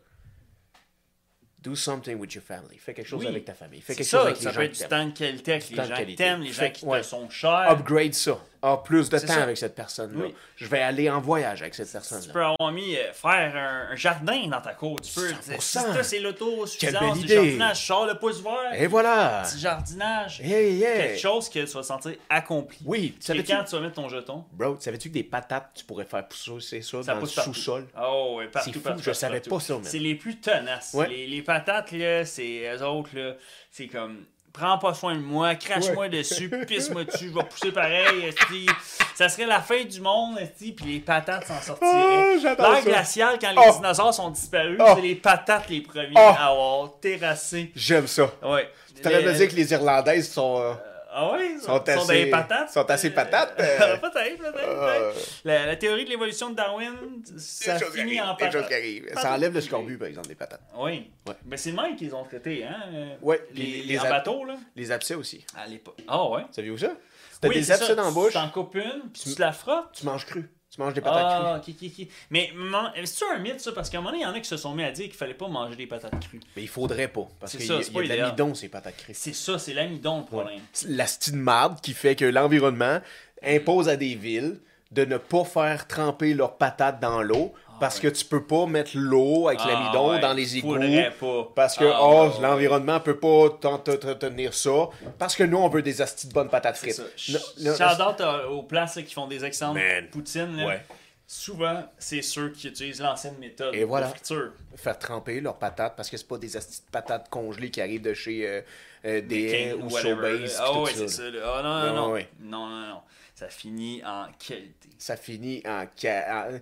A: do something with your family. Fais quelque chose
B: Oui.
A: avec ta famille. Fais
B: C'est
A: quelque
B: ça,
A: chose avec
B: ça
A: les
B: peut
A: gens
B: être
A: que
B: du
A: t'aimes.
B: temps de qualité avec
A: temps
B: les
A: de
B: gens qui
A: qualité.
B: t'aiment, les gens
A: Fait-
B: qui
A: ouais.
B: te sont chers.
A: Upgrade ça. Ah, plus de temps
B: ça.
A: avec cette personne-là.
B: Oui.
A: Je vais aller en voyage avec cette
B: Tu
A: personne-là.
B: peux avoir mis euh, faire un, un jardin dans ta cour. Tu peux.
A: 100%.
B: Si ça, c'est l'autosuffisance,
A: Quelle belle
B: du
A: idée.
B: jardinage. Sors le pouce vert.
A: Et voilà!
B: Petit jardinage.
A: Hey, yeah.
B: Quelque chose que tu vas te sentir accompli.
A: Oui,
B: Ça
A: savais-tu-
B: quand tu vas mettre ton jeton,
A: Bro, savais-tu que des patates, tu pourrais faire pousser ça,
B: ça
A: dans le
B: pousse partout.
A: sous-sol?
B: Oh, ouais, partout,
A: C'est fou,
B: partout,
A: je
B: partout,
A: savais
B: partout.
A: pas ça, man.
B: C'est les plus tenaces.
A: Ouais.
B: Les, les patates, là, c'est eux autres, là, c'est comme. Prends pas soin de moi, crache-moi
A: Ouais.
B: dessus, pisse-moi dessus, je vais pousser pareil. esti. Ça serait la fin du monde, esti, puis les patates s'en sortiraient.
A: Ah, j'adore
B: L'ère
A: ça.
B: glaciale, quand les
A: Oh.
B: dinosaures sont disparus,
A: Oh.
B: c'est les patates les premiers
A: Oh.
B: à avoir terrassé.
A: J'aime ça.
B: Ouais.
A: T'as l'air de
B: Les-
A: dire que les Irlandaises sont... euh,
B: Ah ouais, ils sont,
A: Sont assez-
B: des patates.
A: sont assez
B: Euh,
A: patates, euh.
B: peut-être, peut-être.
A: Euh.
B: peut-être. La, la théorie de l'évolution de Darwin, ça
A: des choses qui
B: finit
A: arrivent,
B: en
A: des choses
B: patates.
A: qui arrivent.
B: Patates.
A: Ça enlève le scorbut, par exemple, des patates.
B: Oui.
A: Ouais.
B: Mais c'est le même qu'ils ont traité, hein? euh,
A: Ouais,
B: Les,
A: les-
B: les,
A: les
B: en
A: ab-
B: bateau, là.
A: Les abcès aussi.
B: À l'époque. Ah ouais.
A: Saviez-vous ça? T'as
B: Oui,
A: des
B: c'est
A: abcès
B: ça,
A: dans la bouche,
B: Tu t'en coupes une, puis tu te la frottes.
A: tu manges cru. Tu Tu manges des patates crues.
B: Ah, ok, ok, ok. Mais man- c'est-tu un mythe, ça? Parce qu'à un moment donné, il y en a qui se sont mis à dire qu'il fallait pas manger des patates crues.
A: Mais il faudrait pas. Parce
B: C'est
A: qu'il y
B: ça,
A: a,
B: c'est
A: il y a
B: pas
A: de
B: idéal.
A: l'amidon, ces patates crues.
B: C'est ça, c'est l'amidon le problème.
A: la style marde qui fait que l'environnement impose à des villes de ne pas faire tremper leurs patates dans l'eau parce
B: Ah, ouais.
A: que tu peux pas mettre l'eau avec
B: Ah,
A: l'amidon
B: ouais,
A: dans les égouts
B: faudrait pas.
A: parce que
B: Ah,
A: oh,
B: ouais, ouais.
A: l'environnement peut pas t'en- te- te- tenir ça parce que nous on veut des astis de bonnes patates
B: C'est
A: frites.
B: ça.
A: Non, non,
B: Shout out euh, aux places là, qui font des excellentes
A: Man.
B: poutines. là.
A: Ouais.
B: Souvent, c'est ceux qui utilisent l'ancienne méthode
A: Et voilà.
B: de friture.
A: faire tremper leurs patates parce que c'est pas des astis de patates congelées qui arrivent de chez euh, euh,
B: King
A: des ou
B: whatever,
A: Showbase.
B: là. Ah
A: tout
B: ouais,
A: ça,
B: c'est
A: là.
B: ça. là. Ah non, non,
A: Non,
B: non.
A: ouais.
B: Non, non, non. Ça finit en qualité.
A: Ça finit en. ca- en-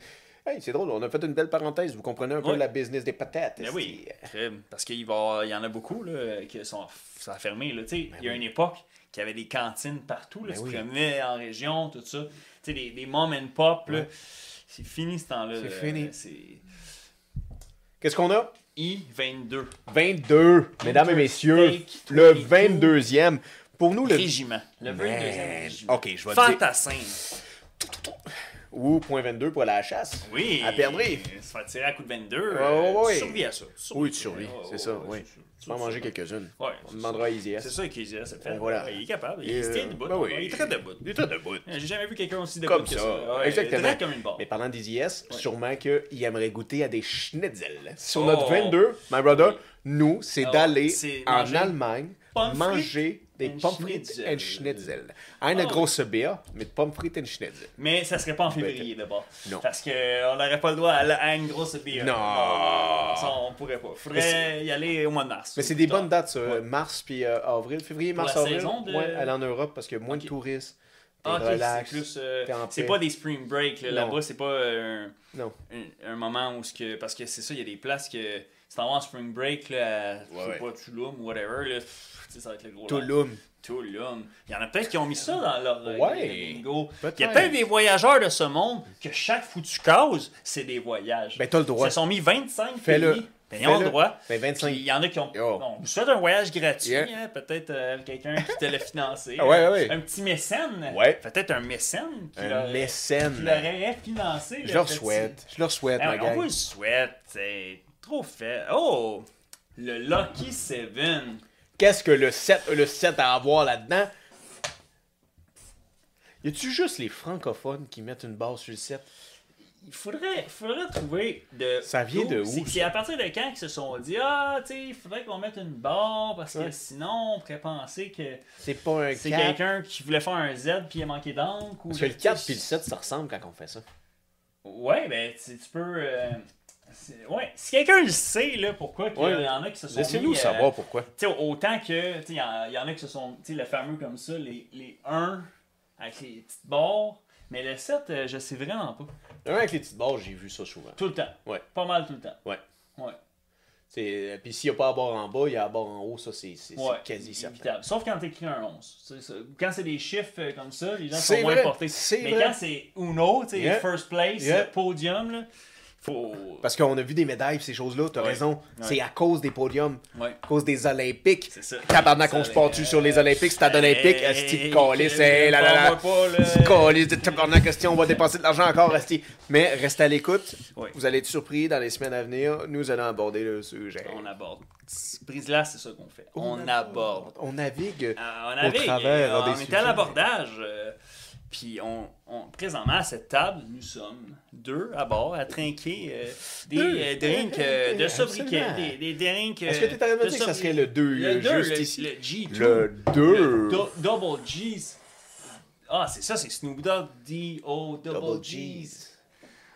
A: Hey, c'est drôle, on a fait une belle parenthèse. Vous comprenez un peu
B: Ouais.
A: la business des patates.
B: Mais
A: esti.
B: Ben oui, crème. parce qu'il va, il y en a beaucoup là, qui sont, ça a fermé. Là. Tu sais, Il y a une époque qu'il y avait des cantines partout, là,
A: Mais
B: se
A: Ben oui.
B: promenaient en région, tout ça. Tu sais, les, les mom and pop, là.
A: Ouais.
B: c'est fini ce temps-là.
A: C'est
B: là.
A: fini.
B: C'est
A: Qu'est-ce qu'on a?
B: I-22,
A: 22, mesdames et messieurs,
B: Take
A: le
B: 22.
A: 22e. Pour nous, le.
B: régiment. Le 22e
A: Euh, Man.
B: régiment.
A: Ok, je vais te dire.
B: Fantassin.
A: Ou point 22 pour aller à la chasse.
B: Oui.
A: À perdrix.
B: Se faire tirer à coup de 22.
A: Ouais,
B: euh,
A: ouais, ouais.
B: tu survis à ça.
A: Oui, tu survis,
B: Ouais,
A: c'est
B: ouais,
A: ça,
B: Ah, ouais,
A: oui.
B: c'est ça.
A: Tu vas en manger quelques-unes.
B: Ouais,
A: On
B: c'est
A: demandera à Easy S.
B: C'est ça qu'Izia s'est fait.
A: Et voilà.
B: Ouais, Il est capable. Il
A: Et,
B: se tient
A: euh,
B: debout.
A: ben oui.
B: Il est très debout.
A: Il est très debout.
B: J'ai jamais vu quelqu'un aussi debout
A: Comme
B: que
A: ça.
B: Ouais,
A: Exactement.
B: Très comme une barre.
A: Mais parlant d'Easy S, sûrement qu'il aimerait goûter à des schnitzels. Sur
B: Oh.
A: notre 22, my brother,
B: Oui.
A: nous, c'est
B: Ah ouais,
A: d'aller
B: c'est
A: en
B: manger
A: Allemagne
B: pommes frites
A: manger des
B: and
A: pommes frites
B: schnitzel.
A: et schnitzel. Eine
B: Ah ouais.
A: große Bier mit pommes frites and schnitzel.
B: Mais ça serait pas en février d'abord.
A: Ben, Non.
B: Parce qu'on n'aurait pas le droit à, la- à une grosse bière.
A: Non.
B: Ça, on pourrait pas.
A: Mais
B: Faudrait
A: c'est-
B: y aller au mois de mars.
A: Mais c'est des bonnes dates, ça. Mars puis euh, avril. Février,
B: Pour
A: mars,
B: la
A: avril.
B: saison de-
A: Ouais, aller en Europe parce qu'il y a moins
B: Ok.
A: de touristes. T'es
B: Ah, ok,
A: relax.
B: c'est plus. euh,
A: t'es en
B: c'est
A: paix.
B: pas des spring break. là.
A: Non.
B: Là-bas, c'est pas euh,
A: Non.
B: un, un moment où. Ce que, parce que c'est ça, il y a des places que. Si t'en vas en spring break, là, à, je sais
A: Ouais,
B: pas, Tulum, whatever, là, pff, tu sais, ça va être le gros.
A: Tulum.
B: Tulum. Il y en a peut-être qui ont mis ça dans leur euh,
A: Ouais.
B: grille de bingo.
A: Peut-être.
B: Il y a peut-être des voyageurs de ce monde que chaque foutu cause, c'est des voyages.
A: Ben, t'as le
B: Ils
A: droit.
B: se sont mis 25
A: Fais-le.
B: pays. Ben, ils ont
A: Fais-le.
B: le droit.
A: Ben,
B: Puis
A: 25.
B: Il y en a qui ont.
A: Yo.
B: On vous souhaite un voyage gratuit,
A: Yeah.
B: hein, peut-être euh, avec quelqu'un qui te l'a financé.
A: Ah ouais, ouais, ouais.
B: Un petit mécène.
A: Ouais.
B: Peut-être un mécène qui
A: Un
B: l'aurait- qui
A: mécène.
B: l'aurait financé.
A: Je
B: le
A: leur
B: petit.
A: souhaite. Je leur souhaite,
B: Ah
A: ma
B: ouais, on vous
A: gang.
B: le souhaite. C'est trop fait. Oh! Le Lucky Seven.
A: Qu'est-ce que le 7, le 7 à avoir là-dedans? Y a-tu juste les francophones qui mettent une base sur le 7?
B: Il faudrait, faudrait trouver de.
A: Ça vient de où,
B: C'est
A: ça?
B: c'est à partir de quand qu'ils se sont dit Ah, tu sais, il faudrait qu'on mette une barre parce que
A: Ouais.
B: sinon, on pourrait penser que
A: C'est pas un
B: c'est
A: 4.
B: quelqu'un qui voulait faire un Z puis il a manqué d'encre. ou-
A: Parce que le 4 puis le 7, ça ressemble quand on fait ça.
B: Ouais, ben, tu, tu peux. euh, c'est- Ouais, si quelqu'un le sait, là, pourquoi qu'il
A: Ouais.
B: y en a qui se sont
A: Laissez-nous
B: mis, euh,
A: savoir pourquoi.
B: tu sais, autant que, tu sais, il y, en- il y en a qui se sont, tu sais, le fameux comme ça, les, les 1 avec les petites barres, mais le 7, euh, je sais vraiment pas.
A: Un avec les petites barres, j'ai vu ça souvent.
B: Tout le temps.
A: Ouais.
B: Pas mal tout le temps.
A: Ouais.
B: Ouais.
A: C'est- euh, Puis s'il n'y a pas à barre en bas, il y a à barre en haut, ça c'est c'est- c'est
B: Ouais,
A: quasi certain.
B: évitable. Sauf quand t'écris un 11. Tu sais, ça- Quand c'est des chiffres euh, comme ça, les gens sont
A: C'est
B: moins
A: vrai,
B: portés.
A: c'est
B: Mais
A: vrai.
B: quand c'est Uno, tu sais,
A: Yeah.
B: first place,
A: Yeah.
B: euh, podium, là, faut.
A: Parce qu'on a vu des médailles pis ces choses-là, t'as
B: Ouais.
A: raison.
B: Ouais.
A: C'est à cause des podiums,
B: Ouais.
A: à cause des Olympiques.
B: C'est ça.
A: Tabarnak,
B: Ça,
A: on se portue
B: euh,
A: sur les Olympiques, stade olympique,
B: Hey,
A: esti de calice, hein,
B: Chris,
A: hey, là là
B: on
A: là.
B: voit pas, là.
A: Esti de calice de tabarnak, esti, on va dépenser de l'argent encore, esti. Mais restez à l'écoute,
B: Ouais.
A: vous allez être surpris dans les semaines à venir, nous allons aborder le sujet.
B: On aborde. Prise là, c'est ça qu'on fait. On, aborde.
A: On navigue.
B: Euh, on avait,
A: travers
B: euh,
A: des
B: on était
A: sujets.
B: à l'abordage. euh, puis on, on- présentement à cette table, nous sommes deux à bord à trinquer euh, des
A: Deux.
B: euh, drinks euh, de sobriquet,
A: Absolument.
B: des, des drinks. euh,
A: Est-ce que t'es en train de me dire que ça serait le deux, euh, juste
B: le,
A: ici?
B: Le G2.
A: Le 2.
B: le do- double G's. Ah, c'est ça, c'est Snoop Dogg D-O double G's.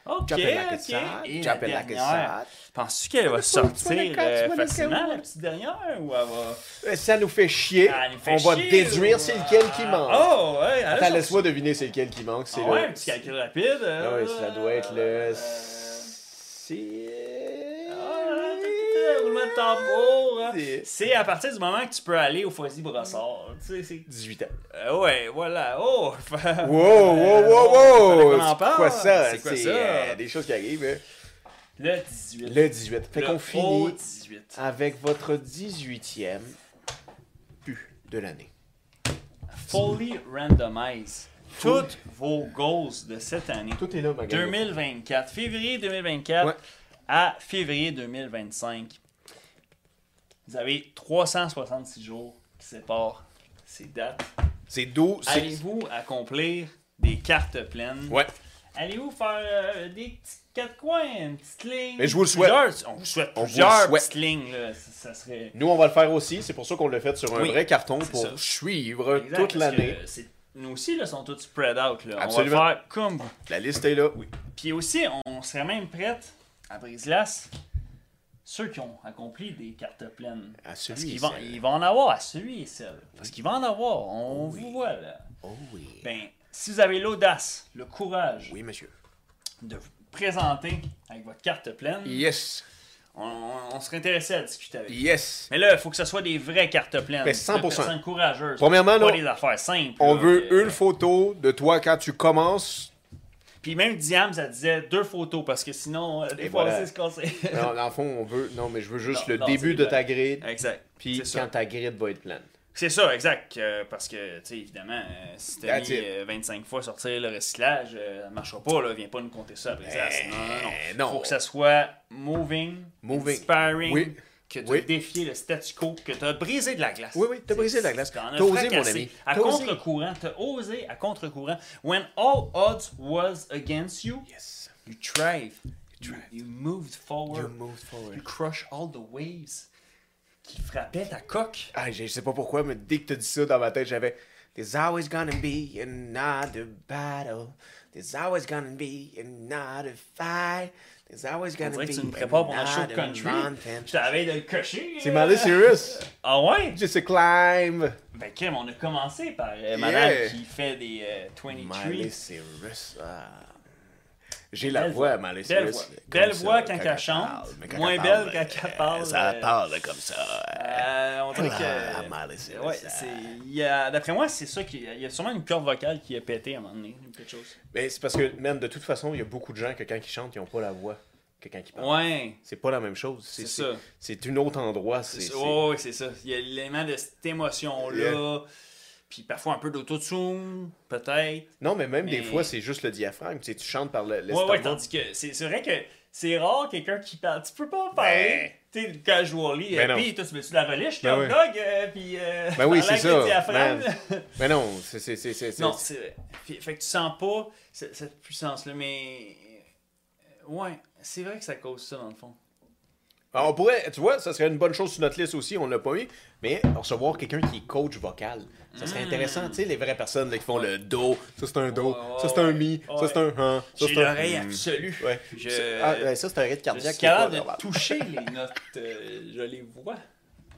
B: Ok, ok. Et la
A: J'appelle la
B: dernière,
A: cassette.
B: Penses-tu qu'elle va sortir euh, facilement, la petite dernière, ou elle va...
A: Euh, Ça nous fait chier.
B: Ah, elle nous fait
A: on va
B: chier,
A: déduire
B: ou-
A: c'est lequel qui
B: Ah,
A: manque.
B: Oh, ouais, elle a
A: Attends,
B: sorti-
A: laisse-moi deviner c'est lequel qui manque. C'est
B: Ah
A: le-
B: ouais, un petit calcul rapide.
A: Ah
B: euh,
A: ouais, ça doit être le.
B: euh,
A: C'est.
B: ah, le roulement de tambour, hein.
A: C'est-
B: C'est à partir du moment que tu peux aller au Foisy Brossard. Tu sais, c'est.
A: 18 ans.
B: Euh, ouais, voilà. Oh!
A: Wow,
B: Euh,
A: wow, wow, wow!
B: fallait qu'on en
A: C'est
B: parle.
A: quoi ça?
B: C'est quoi ça?
A: euh, des choses qui arrivent. hein.
B: Le 18.
A: Le 18. Fait
B: Le
A: qu'on
B: haut
A: finit
B: 18.
A: avec votre 18e pu de l'année. Ah,
B: Fully randomized. toutes vos goals de cette année.
A: Tout est là, ma gang.
B: 2024, février 2024
A: Ouais.
B: à février 2025. Vous avez 366 jours qui séparent ces dates.
A: C'est 12. c'est-
B: Allez-vous accomplir des cartes pleines?
A: Ouais.
B: Allez-vous faire euh, des petits quatre coins, une petite ligne?
A: Mais je vous le souhaite.
B: Plusieurs- on vous souhaite
A: On vous le
B: plusieurs
A: souhaite.
B: petites lignes. là. Ça, ça serait...
A: Nous, on va le faire aussi. C'est pour ça qu'on l'a fait sur un
B: Oui,
A: vrai carton
B: c'est
A: pour
B: ça.
A: suivre
B: Exact,
A: toute
B: parce que
A: l'année.
B: c'est- Nous aussi, là, sont tous spread out. Là.
A: Absolument.
B: On va faire comme vous.
A: La liste est là.
B: Puis aussi, on serait même prête à Brise-Glace, ceux qui ont accompli des cartes pleines.
A: À
B: Parce
A: celui
B: qu'ils vont, ils vont en avoir à celui et celle. Parce qu'ils vont en avoir. On vous voit là.
A: Oh oui.
B: Ben, si vous avez l'audace, le courage
A: Oui, monsieur.
B: de vous présenter avec votre carte pleine,
A: Yes.
B: on, on- on serait intéressé à discuter avec vous.
A: Yes.
B: Mais là, il faut que ce soit des vraies cartes pleines.
A: Mais 100%.
B: De personnes courageuses.
A: Premièrement,
B: pas
A: là,
B: des affaires simples.
A: On
B: là,
A: veut
B: que-
A: une photo de toi quand tu commences.
B: Puis même Diam, ça disait deux photos parce que sinon, euh, des
A: Et
B: fois,
A: voilà.
B: c'est ce qu'on sait.
A: Non, dans le fond, on veut. Non, mais je veux juste
B: Non,
A: le
B: non,
A: début
B: c'est
A: de
B: vrai.
A: ta grid.
B: exact.
A: Puis
B: C'est ça.
A: quand ta grid va être pleine.
B: C'est ça, exact. euh, parce que, tu sais, évidemment, euh, si t'as
A: That's
B: mis
A: it.
B: euh, 25 fois sortir le recyclage, euh, ça marchera pas, là. Viens pas nous compter ça après ça.
A: Eh,
B: Non, non,
A: non.
B: non. Faut que ça soit moving,
A: Moving.
B: inspiring,
A: Oui.
B: que t'as
A: Oui.
B: défié le statu quo, que t'as brisé de la glace.
A: Oui, oui, t'as
B: C'est-
A: brisé de la glace.
B: t'en as
A: T'as osé,
B: fracassé
A: mon ami.
B: À
A: T'as osé.
B: contre-courant, t'as osé à contre-courant. When all odds was against you,
A: Yes.
B: you thrived. You,
A: thrived.
B: you moved forward.
A: You moved forward.
B: You crushed all the waves qui frappaient ta coque.
A: Ah, je je sais pas pourquoi, mais dès que t'as dit ça dans ma tête, j'avais. There's always gonna be another battle. There's always gonna be another fight. There's always
B: On
A: gonna
B: dirait
A: be
B: que tu me prépares pour un show
A: another
B: country.
A: mountain.
B: Je t'avais de le cocher.
A: C'est
B: euh.
A: Miley Cyrus.
B: Ah ouais?
A: Just a climb.
B: Ben Kim, on a commencé par euh,
A: Yeah.
B: Madame qui fait des euh,
A: Miley
B: 23.
A: Cyrus. ah. J'ai la
B: Belle
A: voix,
B: voix.
A: Miley Cyrus.
B: Belle voix.
A: comme
B: Belle
A: ça,
B: voix quand elle
A: parle,
B: chante,
A: mais quand
B: moins
A: elle
B: belle
A: parle,
B: quand
A: euh,
B: elle parle.
A: Ça
B: euh,
A: parle comme ça.
B: euh, on dirait
A: Ah,
B: que...
A: Miley Cyrus.
B: Ouais,
A: ah.
B: c'est- il y a- d'après moi, c'est ça qu'il y a- il y a sûrement une corde vocale qui a pété à un moment donné, ou quelque chose.
A: Mais c'est parce que, man, de toute façon, il y a beaucoup de gens que quand ils chantent, ils n'ont pas la voix que quand ils parlent.
B: Ouais,
A: C'est pas la même chose. C'est
B: C'est ça.
A: C'est c'est un autre endroit. C'est
B: c'est
A: c'est-
B: oh, ouais, c'est ça. Il y a l'élément de cette émotion-là, puis parfois un peu d'autotune, peut-être.
A: Non, mais même des
B: Mais-
A: fois, c'est juste le diaphragme. Tu, sais, tu chantes par le-
B: Ouais,
A: l'estomac.
B: ouais, tandis que c'est c'est vrai que c'est rare quelqu'un qui parle. Tu peux pas parler, tu sais, casually.
A: Ben
B: euh,
A: non.
B: Puis toi, tu veux-tu la relish,
A: Ben
B: ton
A: oui.
B: dog, euh, puis. euh,
A: Ben oui,
B: parler
A: c'est
B: avec
A: ça,
B: le diaphragme,
A: man.
B: là.
A: Mais non, c'est- c'est. c'est- c'est- c'est-
B: non, c'est vrai. Puis- Fait que tu sens pas ce- cette puissance-là, mais. euh, Ouais, c'est vrai que ça cause ça, dans le fond.
A: Alors, on pourrait, tu vois, ça serait une bonne chose sur notre liste aussi, on l'a pas eu, mais recevoir quelqu'un qui est coach vocal, ça serait
B: Mm.
A: intéressant, tu sais, les vraies personnes là, qui font le do, ça c'est un do,
B: Ouais, ouais,
A: ça c'est un mi,
B: ouais.
A: ça c'est un han, ça
B: J'ai
A: c'est un
B: l'oreille
A: hmm.
B: absolue.
A: Ouais.
B: Je-
A: Ça- ah, ouais, ça c'est un rythme
B: Je suis
A: cardiaque qui est
B: capable
A: pas
B: de
A: normal.
B: toucher les notes. euh, je les vois.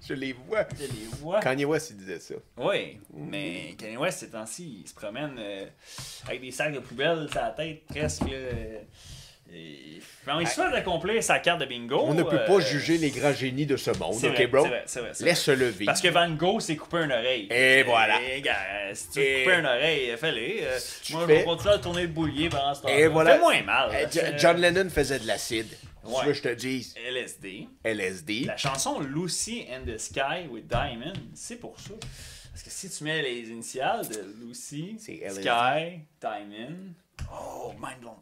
A: Je les vois.
B: Je les vois. Oh,
A: Kanye West il disait ça.
B: Oui, mais Kanye West, ces temps-ci, il se promène euh, avec des sacs de poubelle sur la tête, presque. euh, et- Ben, il se fait accomplir sa carte de bingo.
A: On ne peut
B: euh,
A: pas juger les grands génies de ce monde,
B: C'est
A: ok
B: vrai,
A: bro?
B: c'est vrai, c'est vrai, c'est
A: Laisse le vivre.
B: Parce que Van Gogh s'est coupé une oreille.
A: Et voilà.
B: Et, gars, si tu veux
A: Et-
B: couper une oreille, fais-le. euh,
A: tu
B: moi,
A: fais-
B: je vais continuer à tourner le boulier pendant ce temps-là.
A: Et voilà.
B: Fais moins mal.
A: Eh, Jo-
B: Euh,
A: John Lennon faisait de l'acide. Tu
B: Ouais.
A: veux que je te dise
B: LSD.
A: LSD?
B: La chanson Lucy and the Sky with Diamond, c'est pour ça. Parce que si tu mets les initiales de Lucy,
A: C'est LSD.
B: Sky, Diamond. Oh, mind blown.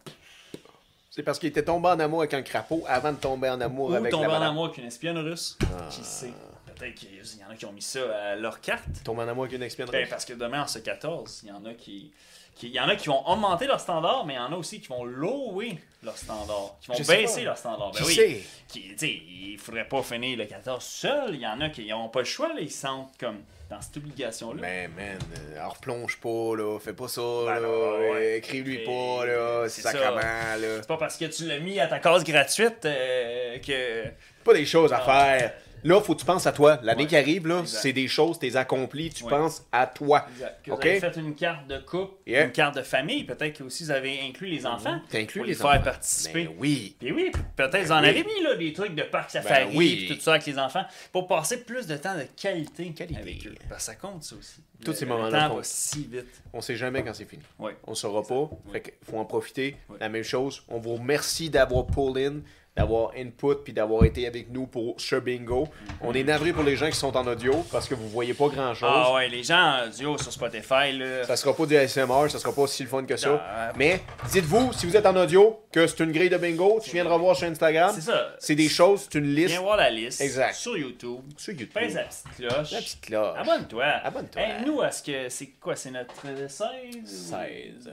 A: C'est parce qu'il était tombé en amour avec un crapaud avant de tomber en amour
B: Ou
A: avec
B: tomber
A: la
B: en
A: madame. Ah.
B: amour avec une espionne russe. Qui sait Peut-être qu'il y en a qui ont mis ça à leur carte.
A: Tomber en amour avec une expérience.
B: Ben, parce que demain, en ce 14, il y en a qui. qui- Il y en a qui vont augmenter leur standard, mais il y en a aussi qui vont lower leur standard, qui vont
A: Je sais
B: baisser
A: pas.
B: leur standard. Ben
A: Qui
B: oui.
A: sait?
B: qui, tu sais, il faudrait pas finir le 14 seul. Il y en a qui n'ont pas le choix, là, ils se sentent comme dans cette obligation-là.
A: Mais man, euh, alors plonge pas là, fais pas ça
B: Ben
A: là,
B: non, ouais.
A: euh, écris-lui
B: Et-
A: pas là, c'est
B: c'est ça.
A: sacrement là.
B: C'est pas parce que tu l'as mis à ta case gratuite euh, que.
A: Pas des choses à
B: Non.
A: faire. Là, faut que tu penses à toi. L'année
B: Ah. Ouais.
A: qui arrive là,
B: Exact.
A: c'est des choses, t'es accompli, tu
B: Ouais.
A: penses à toi.
B: Exact. Que
A: Ok. Mhm.
B: vous avez fait une carte de couple,
A: Yeah.
B: une carte de famille, peut-être que aussi vous avez inclus les enfants.
A: T'inclus
B: pour
A: les
B: les faire
A: enfants.
B: participer.
A: Ben oui.
B: Puis oui, Ben p- peut-être vous en
A: oui.
B: avez mis là, des trucs de parc safari
A: oui.
B: puis tout ça avec les enfants pour passer plus de temps de qualité,
A: Qualité.
B: avec eux. Parce que ça compte ça aussi.
A: Tous
B: Le-
A: ces
B: le
A: moments-là
B: temps
A: comptent.
B: va si vite.
A: On sait jamais quand c'est fini.
B: Ouais.
A: On saura pas.
B: Oui.
A: Fait que faut en profiter.
B: Oui.
A: La même chose. On vous remercie d'avoir pull in, d'avoir input puis d'avoir été avec nous pour ce bingo. On est navré pour les gens qui sont en audio parce que vous voyez pas grand chose.
B: Ah ouais, les gens en audio sur Spotify, là.
A: Ça sera pas du ASMR, ça sera pas aussi le fun que ça.
B: Non, euh,
A: Mais dites-vous, si vous êtes en audio, que c'est une grille de bingo, tu viendras voir sur Instagram.
B: C'est ça.
A: C'est des choses, c'est une liste.
B: Viens voir la liste.
A: Exact.
B: Sur YouTube.
A: Sur YouTube.
B: Pèse la petite cloche.
A: La petite cloche.
B: Abonne-toi.
A: Abonne-toi.
B: Hey, nous, est-ce que c'est quoi C'est notre euh, 16
A: 16.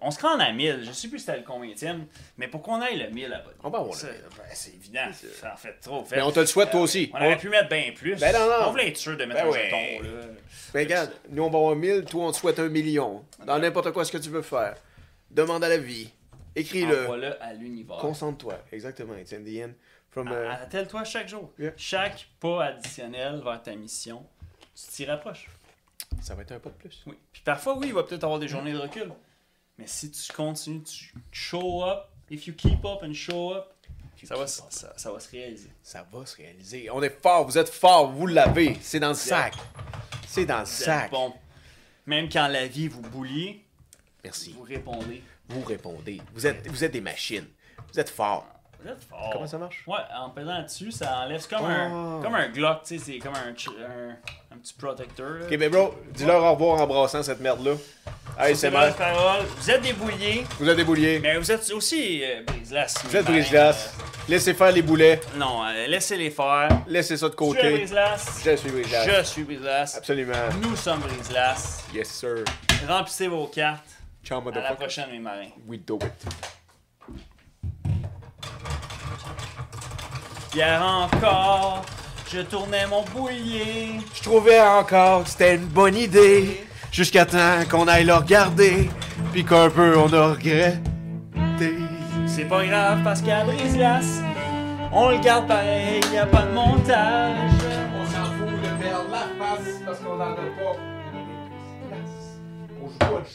B: On se rend à 1000. Je sais plus c'était le combientième. Mais pour qu'on aille le 1000 abonnements.
A: On va avoir le
B: Ça,
A: 1000.
B: ben, c'est évident. Ça en fait trop. Fait- Euh,
A: Mais on te le souhaite toi aussi. Oh.
B: On aurait pu mettre bien plus.
A: Ben non, non.
B: On voulait être sûr de mettre
A: Ben
B: un
A: ouais.
B: jeton. Là.
A: Mais Ben, regarde, nous on va avoir 1000, toi on te souhaite un million. Dans n'importe quoi ce que tu veux faire. Demande à la vie. Écris-le.
B: Envoie-le à l'univers.
A: Concentre-toi. Exactement, it's in the end. From, euh,
B: Ah, Attelle-toi chaque jour.
A: Yeah.
B: Chaque pas additionnel vers ta mission, tu t'y rapproches.
A: Ça va être un pas de plus.
B: Oui. Puis parfois, oui, il va peut-être avoir des journées de recul. Mais si tu continues, tu show up, if you keep up and show up, ça va, se- ça, ça va se réaliser.
A: Ça va se réaliser. On est fort, vous êtes fort, vous l'avez. C'est dans le
B: Yeah.
A: sac. C'est dans le sac.
B: Bon. Même quand la vie vous boulie,
A: Merci.
B: vous répondez.
A: Vous répondez. Vous êtes, vous êtes des machines. Vous êtes fort.
B: Vous êtes fort.
A: Comment ça marche?
B: Ouais, en pesant dessus, ça enlève c'est comme,
A: Oh.
B: un, comme un Glock, tu sais, c'est comme un, ch- un, un petit protecteur. là.
A: Ok, ben bro, dis-leur au revoir en brassant cette merde-là. Hey,
B: Ça,
A: c'est
B: c'est
A: mal.
B: la parole. Vous êtes débouillés,
A: Vous êtes débouillés.
B: mais vous êtes aussi euh, brise-glace.
A: Vous êtes brise-glace. Laissez faire les boulets.
B: non, euh, laissez-les faire.
A: Laissez ça de
B: Tu es
A: côté.
B: brise-glace.
A: Je suis brise-glace.
B: Je suis brise-glace.
A: Absolument.
B: Nous sommes brise-glace.
A: Yes, sir.
B: Remplissez vos cartes.
A: Ciao,
B: À la
A: motherfucker.
B: prochaine, mes marins.
A: We do it.
B: Hier encore, je tournais mon bouillier.
A: Je trouvais encore que c'était une bonne idée. Jusqu'à temps qu'on aille le regarder. Puis qu'un peu on a regretté.
B: C'est pas grave parce qu'à brise-glace, on le garde pareil, y a pas de montage.
A: On s'en fout de perdre la face parce qu'on n'en a pas. On joue pas de jeu.